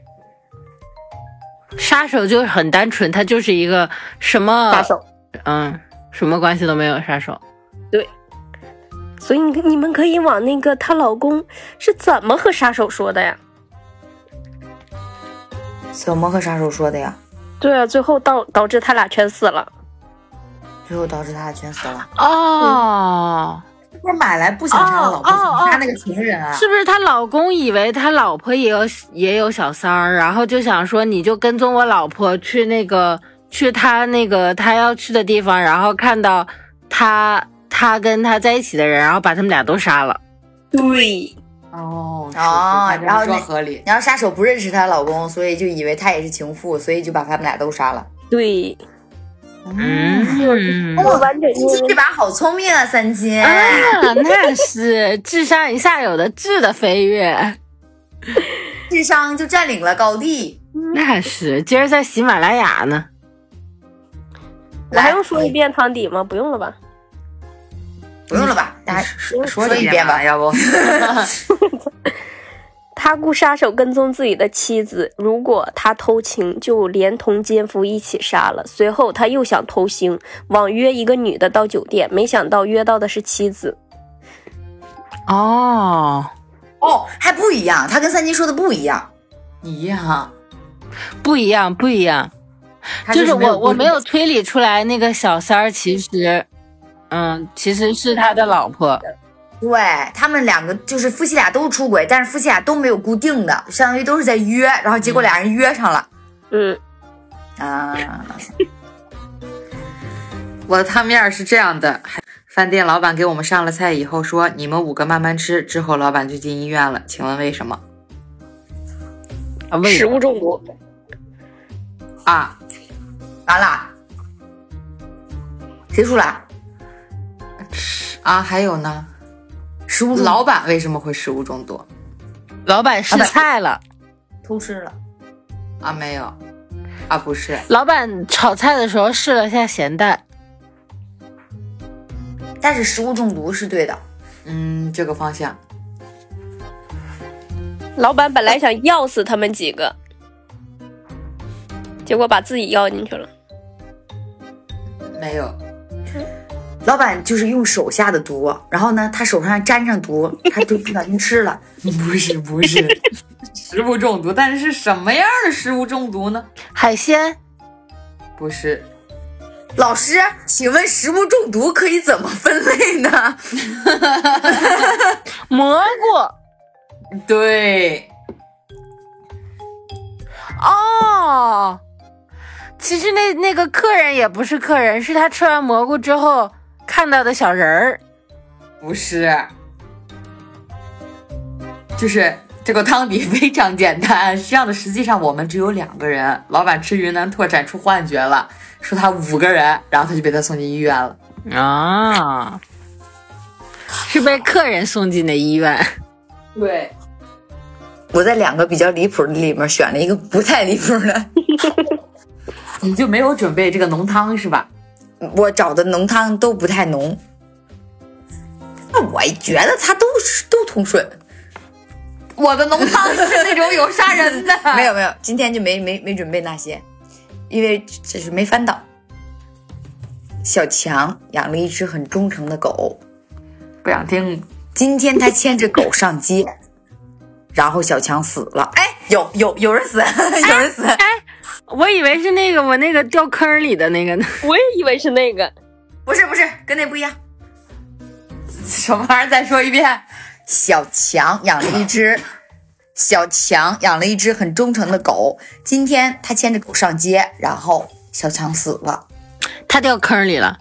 Speaker 3: 杀手就是很单纯，他就是一个什么
Speaker 6: 杀手，
Speaker 3: 嗯，什么关系都没有。杀手
Speaker 6: 所以你你们可以往那个她老公是怎么和杀手说的呀？
Speaker 4: 怎么和杀手说的呀？
Speaker 6: 对啊，最后导导致他俩全死了。
Speaker 4: 最后导致他俩全死了。
Speaker 3: 哦，
Speaker 5: 是不是买来不想杀的老婆，
Speaker 3: 哦哦哦
Speaker 5: 想杀那个情人啊？
Speaker 3: 是不是她老公以为他老婆也有也有小三儿，然后就想说你就跟踪我老婆去那个去他那个他要去的地方，然后看到他他跟他在一起的人，然后把他们俩都杀了。
Speaker 6: 对，
Speaker 5: 哦是
Speaker 4: 哦
Speaker 5: 是
Speaker 4: 然后
Speaker 5: 这么
Speaker 4: 那
Speaker 5: 说合理。
Speaker 4: 然后杀手不认识她老公，所以就以为她也是情妇，所以就把他们俩都杀了。
Speaker 6: 对，
Speaker 3: 嗯，
Speaker 6: 我完整
Speaker 4: 三金这把好聪明啊，三金！
Speaker 3: 啊，那是智商一下有的质的飞跃，
Speaker 4: 智商就占领了高地。
Speaker 3: 那是今儿在喜马拉雅呢。
Speaker 6: 我还
Speaker 4: 来，
Speaker 6: 用说一遍汤底吗？不用了吧？
Speaker 4: 不用了吧？大家
Speaker 5: 说
Speaker 4: 说
Speaker 5: 几
Speaker 4: 一遍吧，
Speaker 5: 要不？
Speaker 6: 他雇杀手跟踪自己的妻子，如果他偷情，就连同奸夫一起杀了。随后他又想偷腥，网约一个女的到酒店，没想到约到的是妻子。
Speaker 3: 哦，
Speaker 4: 哦，还不一样，他跟三金说的不一样。
Speaker 5: 你呀，
Speaker 3: 不一样，不一样。
Speaker 5: 他
Speaker 3: 就是
Speaker 5: 是
Speaker 3: 我我没
Speaker 5: 有
Speaker 3: 有推理出来那个小三儿，其实，嗯，其实是他的老婆。
Speaker 4: 对他们两个就是夫妻俩都出轨，但是夫妻俩都没有固定的，相当于都是在约，然后结果俩人约上了、
Speaker 6: 嗯，
Speaker 5: [LAUGHS]
Speaker 4: 啊。
Speaker 5: 我的汤面是这样的：饭店老板给我们上了菜以后说：“你们五个慢慢吃。”之后老板就进医院了，请问为什么？
Speaker 3: 啊，为
Speaker 6: 食
Speaker 3: 什
Speaker 6: 物
Speaker 3: 么？
Speaker 6: 中毒，
Speaker 5: 啊，
Speaker 4: 完了，谁出来？
Speaker 5: 啊，还有呢，
Speaker 4: 食物中毒
Speaker 5: 老板为什么会食物中毒？
Speaker 3: 老板试菜了，
Speaker 4: 偷吃了，
Speaker 5: 啊，没有，啊，不是，
Speaker 3: 老板炒菜的时候试了下咸淡，
Speaker 4: 但是食物中毒是对的。
Speaker 5: 嗯，这个方向
Speaker 6: 老板本来想要死他们几个，结果把自己要进去了。
Speaker 5: 没有，
Speaker 4: 老板就是用手下的毒，然后呢，他手上沾上
Speaker 5: [LAUGHS]
Speaker 4: 毒，他就不小心吃了。
Speaker 5: [LAUGHS] 不是，不是 [LAUGHS] 食物中毒，但是是什么样的食物中毒呢？
Speaker 3: 海鲜
Speaker 5: 不是，
Speaker 4: 老师，请问食物中毒可以怎么分类呢？
Speaker 3: 蘑菇
Speaker 5: 对，
Speaker 3: 哦。其实那那个客人也不是客人，是他吃完蘑菇之后看到的小人儿。
Speaker 5: 不是，就是这个汤底非常简单。是这样的，实际上我们只有两个人，老板吃云南特产出幻觉了，说他五个人，然后他就被他送进医院了。
Speaker 3: 啊，是被客人送进的医院。
Speaker 5: 对，
Speaker 4: 我在两个比较离谱的里面选了一个不太离谱的。
Speaker 5: 你就没有准备这个浓汤是吧？
Speaker 4: 我找的浓汤都不太浓，那我觉得它都是都通顺，
Speaker 5: 我的浓汤是那种有杀人的，
Speaker 4: 没有没有，今天就没没没准备那些，因为这是没翻到。小强养了一只很忠诚的狗，
Speaker 5: [LAUGHS] 不想听。
Speaker 4: 今天他牵着狗上街， [LAUGHS] 然后小强死了。哎，有有有人死，有人死，
Speaker 3: [LAUGHS] 我以为是那个我那个掉坑里的那个呢。
Speaker 6: 我也以为是那个，
Speaker 4: 不是不是，跟那不一样。
Speaker 5: 什么玩意儿？再说一遍。
Speaker 4: 小强养了一只，小强养了一只很忠诚的狗。今天他牵着狗上街，然后小强死了。
Speaker 3: 他掉坑里了。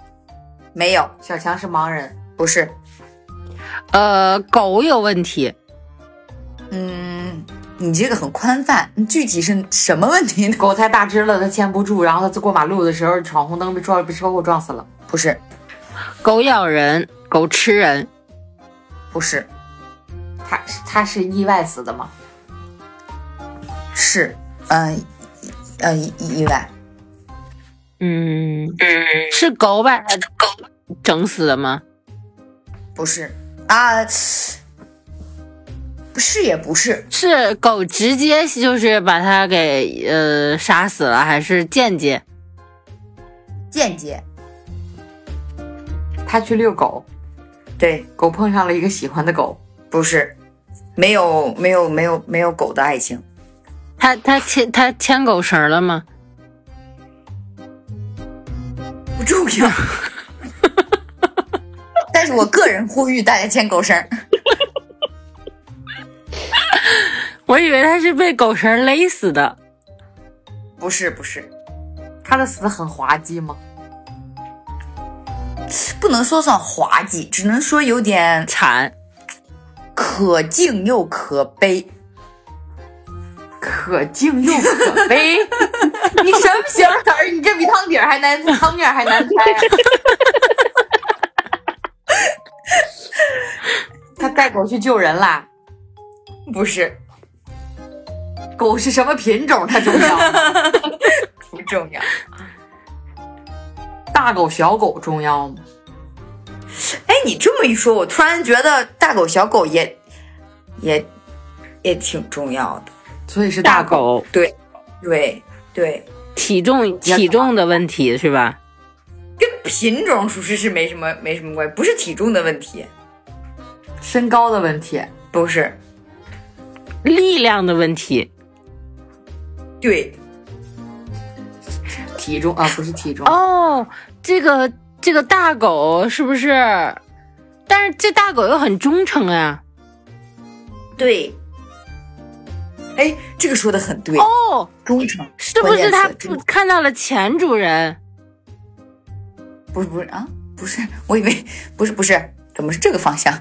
Speaker 4: 没有，
Speaker 5: 小强是盲人，
Speaker 4: 不是，
Speaker 3: 呃，狗有问题，
Speaker 4: 嗯，你这个很宽泛，你具体是什么问题呢？ [LAUGHS]
Speaker 5: 狗太大只了，它牵不住，然后它过马路的时候闯红灯被撞被车祸撞死了。
Speaker 4: 不是，
Speaker 3: 狗咬人，狗吃人，
Speaker 4: 不是，
Speaker 5: 它它是意外死的吗？
Speaker 4: 是，嗯、呃，意意外，
Speaker 3: 嗯，是狗把它狗整死的吗？
Speaker 4: 不是啊，是也不是，
Speaker 3: 是狗直接就是把它给呃杀死了，还是间接？
Speaker 4: 间接，
Speaker 5: 它去遛狗，
Speaker 4: 对，
Speaker 5: 狗碰上了一个喜欢的狗，
Speaker 4: 不是，没有没有没有没有狗的爱情，
Speaker 3: 它它牵它牵狗绳了吗？
Speaker 4: 不重要。 [LAUGHS] 但是我个人呼吁大家牵狗绳儿，
Speaker 3: 我以为它是被狗绳勒死的。
Speaker 4: 不是不是，
Speaker 5: 它的死很滑稽吗？
Speaker 4: 不能说算滑稽，只能说有点
Speaker 3: 惨，
Speaker 4: 可敬又可悲。
Speaker 5: 可敬又可 [LAUGHS] 悲，你什么形容词儿？你这比汤底儿还难，汤面儿还难猜、 [LAUGHS] 啊。他带狗去救人啦？
Speaker 4: 不是，
Speaker 5: 狗是什么品种？它重要吗？ [LAUGHS]
Speaker 4: 不重要。
Speaker 5: 大狗、小狗重要吗？
Speaker 4: 哎，你这么一说，我突然觉得大狗小狗也也也挺重要的。
Speaker 5: 所以是大狗。
Speaker 3: 狗
Speaker 4: 对对，
Speaker 3: 体重体重的问题是吧？
Speaker 4: 跟品种属实是没什么没什么关系，不是体重的问题，
Speaker 5: 身高的问题，
Speaker 4: 不是
Speaker 3: 力量的问题，
Speaker 4: 对
Speaker 5: 体重啊，不是体重，
Speaker 7: 哦，这个这个大狗是不是？但是这大狗又很忠诚呀、
Speaker 4: 对，哎，这个说的很对，
Speaker 7: 哦，
Speaker 4: 忠诚
Speaker 7: 是不是它
Speaker 4: 关键词
Speaker 7: 不看到了前主人？
Speaker 4: 不是不是啊，不是，我以为不是不是，怎么是这个方向？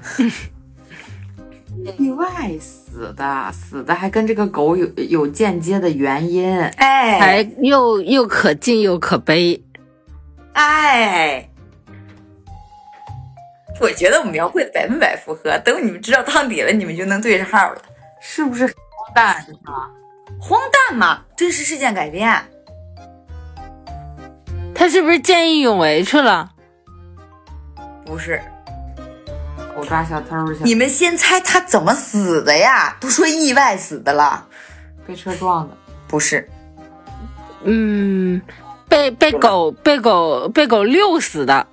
Speaker 5: 意外死的，死的还跟这个狗有有间接的原因。
Speaker 7: 还
Speaker 4: 哎
Speaker 7: 又又可敬又可悲。
Speaker 4: 哎，我觉得我描绘的百分百符合，等你们知道汤底了，你们就能对上号了。
Speaker 5: 是不是荒诞啊？
Speaker 4: 荒诞嘛，真实事件改编。
Speaker 7: 他是不是见义勇为去了？
Speaker 4: 不是，
Speaker 5: 我抓小偷去，
Speaker 4: 你们先猜他怎么死的呀？都说意外死的了，
Speaker 5: 被车撞的。
Speaker 4: 不是？
Speaker 7: 嗯，被被狗被狗被狗遛死的。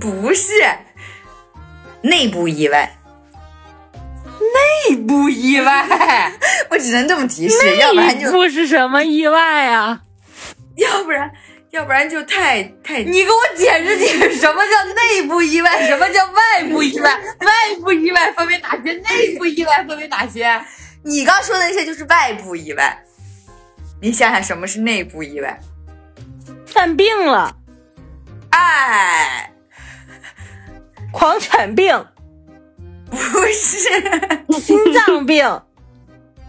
Speaker 4: 不是，内部意外，
Speaker 5: 不意外，
Speaker 4: [LAUGHS] 我只能这么提示，要不然就
Speaker 7: 不是什么意外啊呀、
Speaker 4: 要 [LAUGHS] 不然要不然就太太
Speaker 5: 你给我解释解释，什么叫内部意外，什么叫外部意外？外部意外分为哪些？内部意外分为哪些？
Speaker 4: 你刚说的那些就是外部意外，你想想什么是内部意外？
Speaker 3: 犯病了，
Speaker 4: 哎，
Speaker 3: 狂犬病、
Speaker 4: 不是，
Speaker 3: 心
Speaker 4: [LAUGHS]
Speaker 3: 脏病，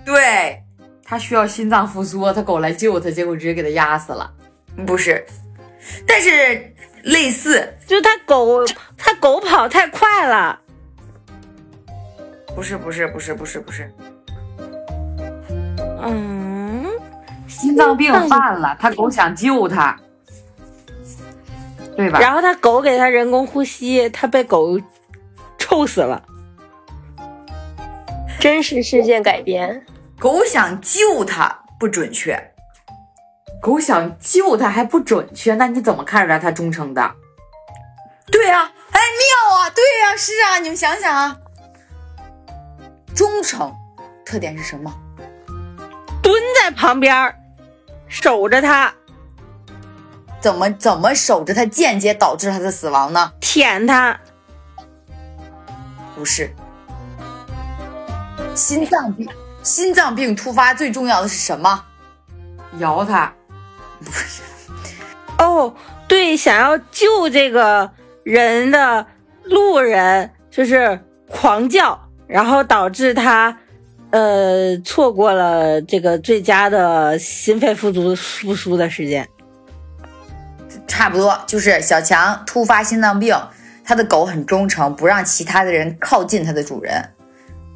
Speaker 4: 对，
Speaker 5: 他需要心脏复苏，他狗来救他，结果直接给他压死了。
Speaker 4: 不是，但是类似，
Speaker 3: 就他狗他狗跑太快了，
Speaker 4: 不是，不是，不是，不是，不是，
Speaker 3: 嗯，
Speaker 5: 心脏病犯了，他狗想救他，对吧？
Speaker 3: 然后他狗给他人工呼吸，他被狗臭死了。
Speaker 6: 真实事件改编，
Speaker 4: 狗想救他，不准确，
Speaker 5: 狗想救他还不准确，那你怎么看出来他忠诚的？
Speaker 4: 对啊，哎，妙啊，对啊，是啊，你们想想啊，忠诚特点是什么？
Speaker 3: 蹲在旁边儿守着他，
Speaker 4: 怎么怎么守着他，间接导致他的死亡呢？
Speaker 3: 舔他，
Speaker 4: 不是，心脏病，心脏病突发最重要的是什么？
Speaker 5: 咬他，
Speaker 3: 哦，对，想要救这个人的路人就是狂叫，然后导致他呃错过了这个最佳的心肺复苏复苏的时间。
Speaker 4: 差不多就是小强突发心脏病，他的狗很忠诚，不让其他的人靠近它的主人，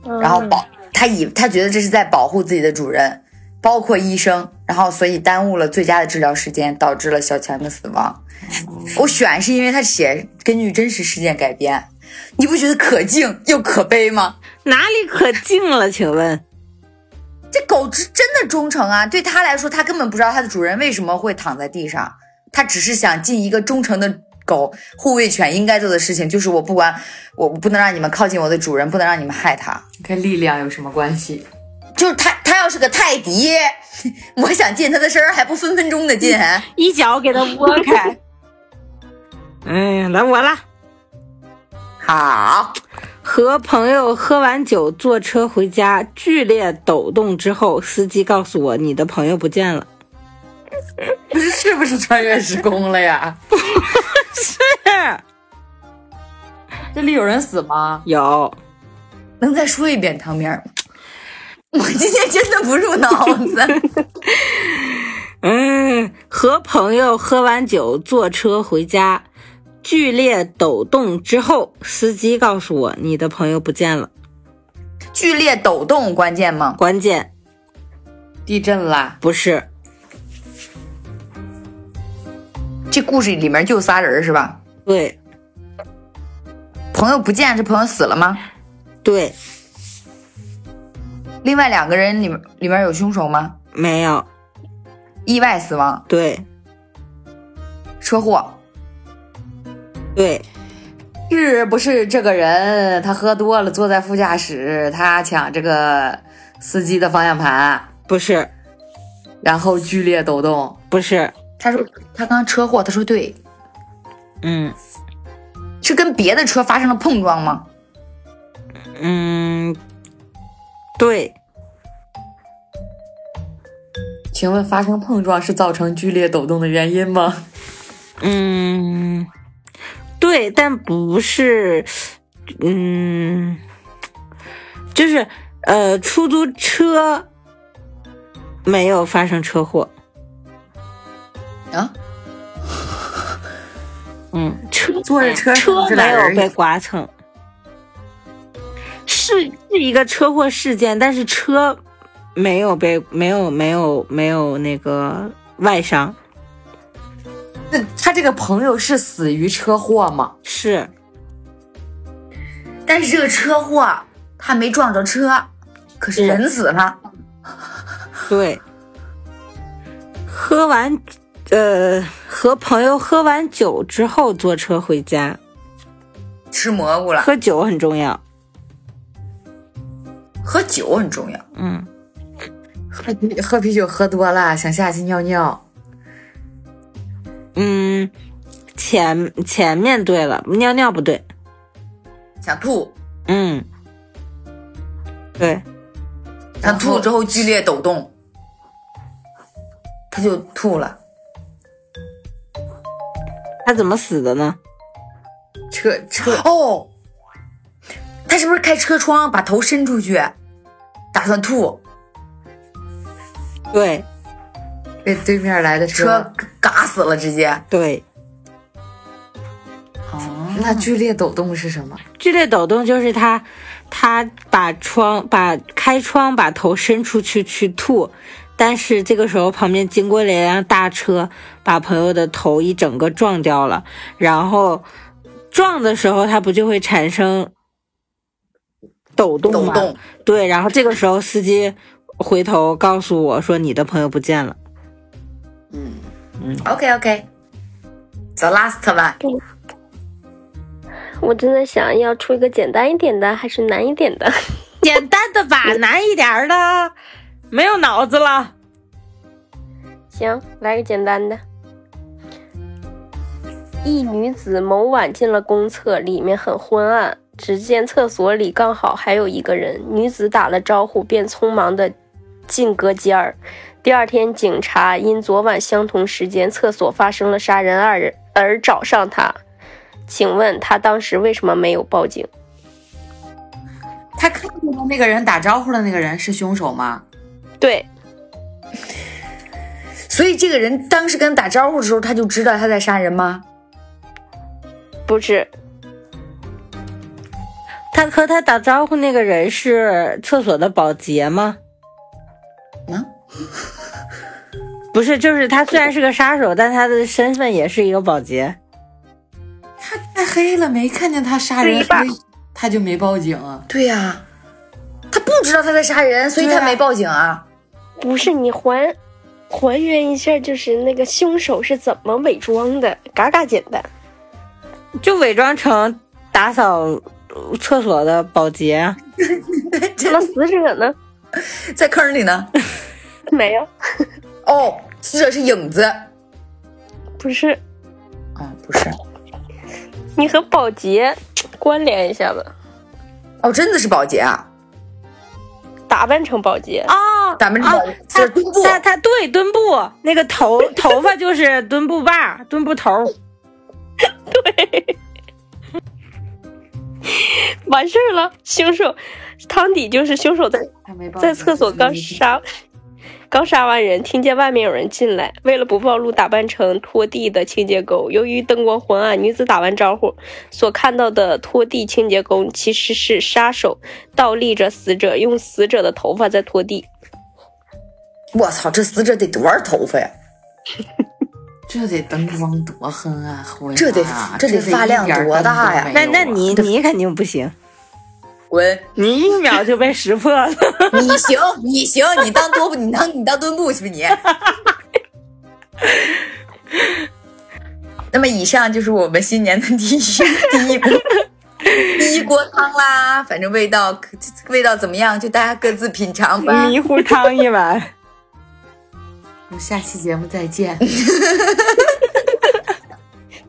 Speaker 6: 嗯
Speaker 4: 然后保他以他觉得这是在保护自己的主人，包括医生，然后所以耽误了最佳的治疗时间，导致了小强的死亡。我选是因为他写根据真实事件改编，你不觉得可敬又可悲吗？
Speaker 3: 哪里可敬了？请问，
Speaker 4: 这狗是真的忠诚啊！对它来说，它根本不知道它的主人为什么会躺在地上，它只是想尽一个忠诚的狗护卫犬应该做的事情，就是我不管，我我不能让你们靠近我的主人，不能让你们害它。
Speaker 5: 跟力量有什么关系？
Speaker 4: 就是它，它要是个泰迪， [LAUGHS] 我想进它的身儿还不分分钟的进。
Speaker 3: 一脚给他窝开。哎呀，来我啦！
Speaker 4: 好，
Speaker 3: 和朋友喝完酒坐车回家，剧烈抖动之后，司机告诉我你的朋友不见了。 [LAUGHS]
Speaker 5: 不是，是不是穿越时空了呀？这里有人死吗？
Speaker 3: 有，
Speaker 4: 能再说一遍汤面儿吗？ [LAUGHS] 我今天真的不入脑 [LAUGHS] 子。
Speaker 3: 嗯，和朋友喝完酒坐车回家，剧烈抖动之后，司机告诉我你的朋友不见了。
Speaker 4: 剧烈抖动关键吗？
Speaker 3: 关键
Speaker 5: 地震啦！
Speaker 3: 不是，
Speaker 4: 这故事里面就仨人儿是吧？
Speaker 3: 对
Speaker 4: 朋友不见，这朋友死了吗？
Speaker 3: 对，
Speaker 4: 另外两个人里面里面有凶手吗？
Speaker 3: 没有
Speaker 4: 意外死亡、
Speaker 3: 对
Speaker 4: 车祸，
Speaker 3: 对
Speaker 5: 是不是这个人呃他喝多了，坐在副驾驶，他抢这个司机的方向盘？
Speaker 3: 不是
Speaker 5: 然后剧烈抖动。
Speaker 3: 不是，
Speaker 4: 他说他刚车祸，他说对，
Speaker 3: 嗯
Speaker 4: 是跟别的车发生了碰撞吗？
Speaker 3: 嗯，对，
Speaker 5: 请问发生碰撞是造成剧烈抖动的原因吗？
Speaker 3: 嗯对，但不是，嗯，就是呃，出租车没有发生车祸，
Speaker 4: 啊，
Speaker 3: 嗯，车
Speaker 5: 坐着哎车
Speaker 3: 车
Speaker 5: 上是俩
Speaker 3: 没
Speaker 5: 人
Speaker 3: 有被刮蹭，是是一个车祸事件，但是车没有被没有没有没有那个外伤，
Speaker 5: 那他这个朋友是死于车祸吗？
Speaker 3: 是
Speaker 4: 但是这个车祸他没撞着车，可是人死了。
Speaker 3: 对，喝完呃和朋友喝完酒之后坐车回家，
Speaker 4: 吃蘑菇了，
Speaker 3: 喝酒很重要，
Speaker 4: 喝酒很重要。
Speaker 3: 嗯，
Speaker 5: 喝啤喝啤酒喝多了，想下去尿尿。
Speaker 3: 嗯，前前面对了，尿尿不对，
Speaker 4: 想吐，
Speaker 3: 嗯，对。
Speaker 4: 想吐之后剧烈抖动，他就吐了。
Speaker 3: 他怎么死的呢？
Speaker 5: 车车
Speaker 4: 哦，他是不是开车窗把头伸出去，打算吐，
Speaker 3: 对
Speaker 5: 被对面来的
Speaker 4: 车嘎死了，直接。
Speaker 3: 对，
Speaker 5: 那剧烈抖动是什么？
Speaker 3: 剧烈抖动就是他，他把窗把开窗把头伸出去去吐，但是这个时候旁边经过了一辆大车，把朋友的头一整个撞掉了，然后撞的时候它不就会产生抖动
Speaker 4: 抖
Speaker 3: 吗？
Speaker 4: 动，
Speaker 3: 对，然后这个时候司机回头告诉我说你的朋友不见了，
Speaker 4: OK OK。The last one，
Speaker 6: 我正在想要出一个简单一点的还是难一点的。
Speaker 3: 简单的吧，难一点儿的，没有脑子了。
Speaker 6: 行，来个简单的。一女子某晚进了公厕，里面很昏暗，只见厕所里刚好还有一个人。女子打了招呼，便匆忙的进隔间儿。第二天，警察因昨晚相同时间厕所发生了杀人案而而找上她。请问她当时为什么没有报警？
Speaker 5: 他看见的那个人打招呼的那个人是凶手吗？
Speaker 6: 对，
Speaker 4: 所以这个人当时跟他打招呼的时候，他就知道他在杀人吗？
Speaker 6: 不是，
Speaker 3: 他和他打招呼那个人是厕所的保洁吗？
Speaker 4: 嗯，
Speaker 3: [LAUGHS] 不是，就是他虽然是个杀手，但他的身份也是一个保洁。
Speaker 5: 太黑了，没看见他杀人，所以他就没报警啊。
Speaker 4: 对呀、他不知道他在杀人，所以
Speaker 5: 对啊
Speaker 4: 他没报警啊。
Speaker 6: 不是你还还原一下，就是那个凶手是怎么伪装的，嘎嘎简单。
Speaker 3: 就伪装成打扫呃厕所的保洁啊。
Speaker 6: 那死者呢？
Speaker 4: [LAUGHS] 在坑里呢。
Speaker 6: 没有，
Speaker 4: 哦，死者是影子。
Speaker 6: 不是
Speaker 4: 哦，不是。
Speaker 6: 你和保洁关联一下吧，
Speaker 4: 哦，真的是保洁啊，
Speaker 6: 打扮成保洁，
Speaker 3: 哦，
Speaker 4: 咱
Speaker 5: 啊
Speaker 4: 们这
Speaker 3: 哦
Speaker 4: 个
Speaker 3: 他
Speaker 4: 是墩布，
Speaker 3: 他他对墩布那个头头发就是墩布把儿墩布头儿。
Speaker 6: 完事儿了。凶手汤底就是凶手在
Speaker 5: 他没报警
Speaker 6: 在厕所刚杀。刚杀完人，听见外面有人进来，为了不暴露，打扮成拖地的清洁工。由于灯光昏暗，女子打完招呼所看到的拖地清洁工其实是杀手，倒立着死者，用死者的头发在拖地。 [LAUGHS]
Speaker 4: 我操，这死者得多少头发呀？
Speaker 5: 这得灯光多昏暗，昏
Speaker 4: 这得
Speaker 5: 啊
Speaker 4: 这得发亮多大呀
Speaker 5: 这得
Speaker 3: 那
Speaker 5: 一
Speaker 3: 那
Speaker 5: 点灯都没有啊
Speaker 3: 你你肯定不行，
Speaker 4: 滚！
Speaker 3: 你一秒就被识破了。
Speaker 4: 你行，你行，你当墩布，你当你当墩布去吧你。 [LAUGHS] 那么以上就是我们新年的第一第一锅 [LAUGHS] 第一锅汤啦，反正味道
Speaker 3: 嗯
Speaker 4: 味道怎么样，就大家各自品尝吧。
Speaker 3: 迷糊汤一碗。
Speaker 5: 我们下期节目再见。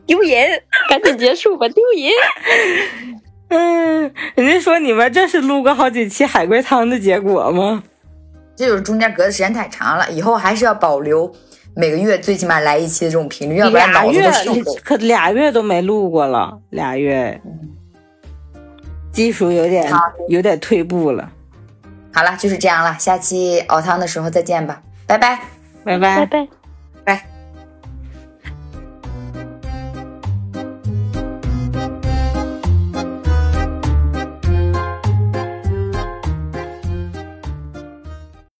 Speaker 6: 丢人，赶紧结束吧，丢 [LAUGHS] 人。
Speaker 3: 嗯， [LAUGHS] 人家说你们这是录过好几期海龟汤的结果吗？
Speaker 4: 这就是中间隔的时间太长了，以后还是要保留每个月最起码来一期的这种频率，要不然
Speaker 3: 俩
Speaker 4: 脑子
Speaker 3: 月
Speaker 4: 都受不了。
Speaker 3: 可俩月都没录过了，俩月，技术有点
Speaker 4: 好
Speaker 3: 有点退步了，
Speaker 4: 好了，就是这样了，下期熬汤的时候再见吧，拜拜。
Speaker 3: 拜拜
Speaker 6: 拜。拜。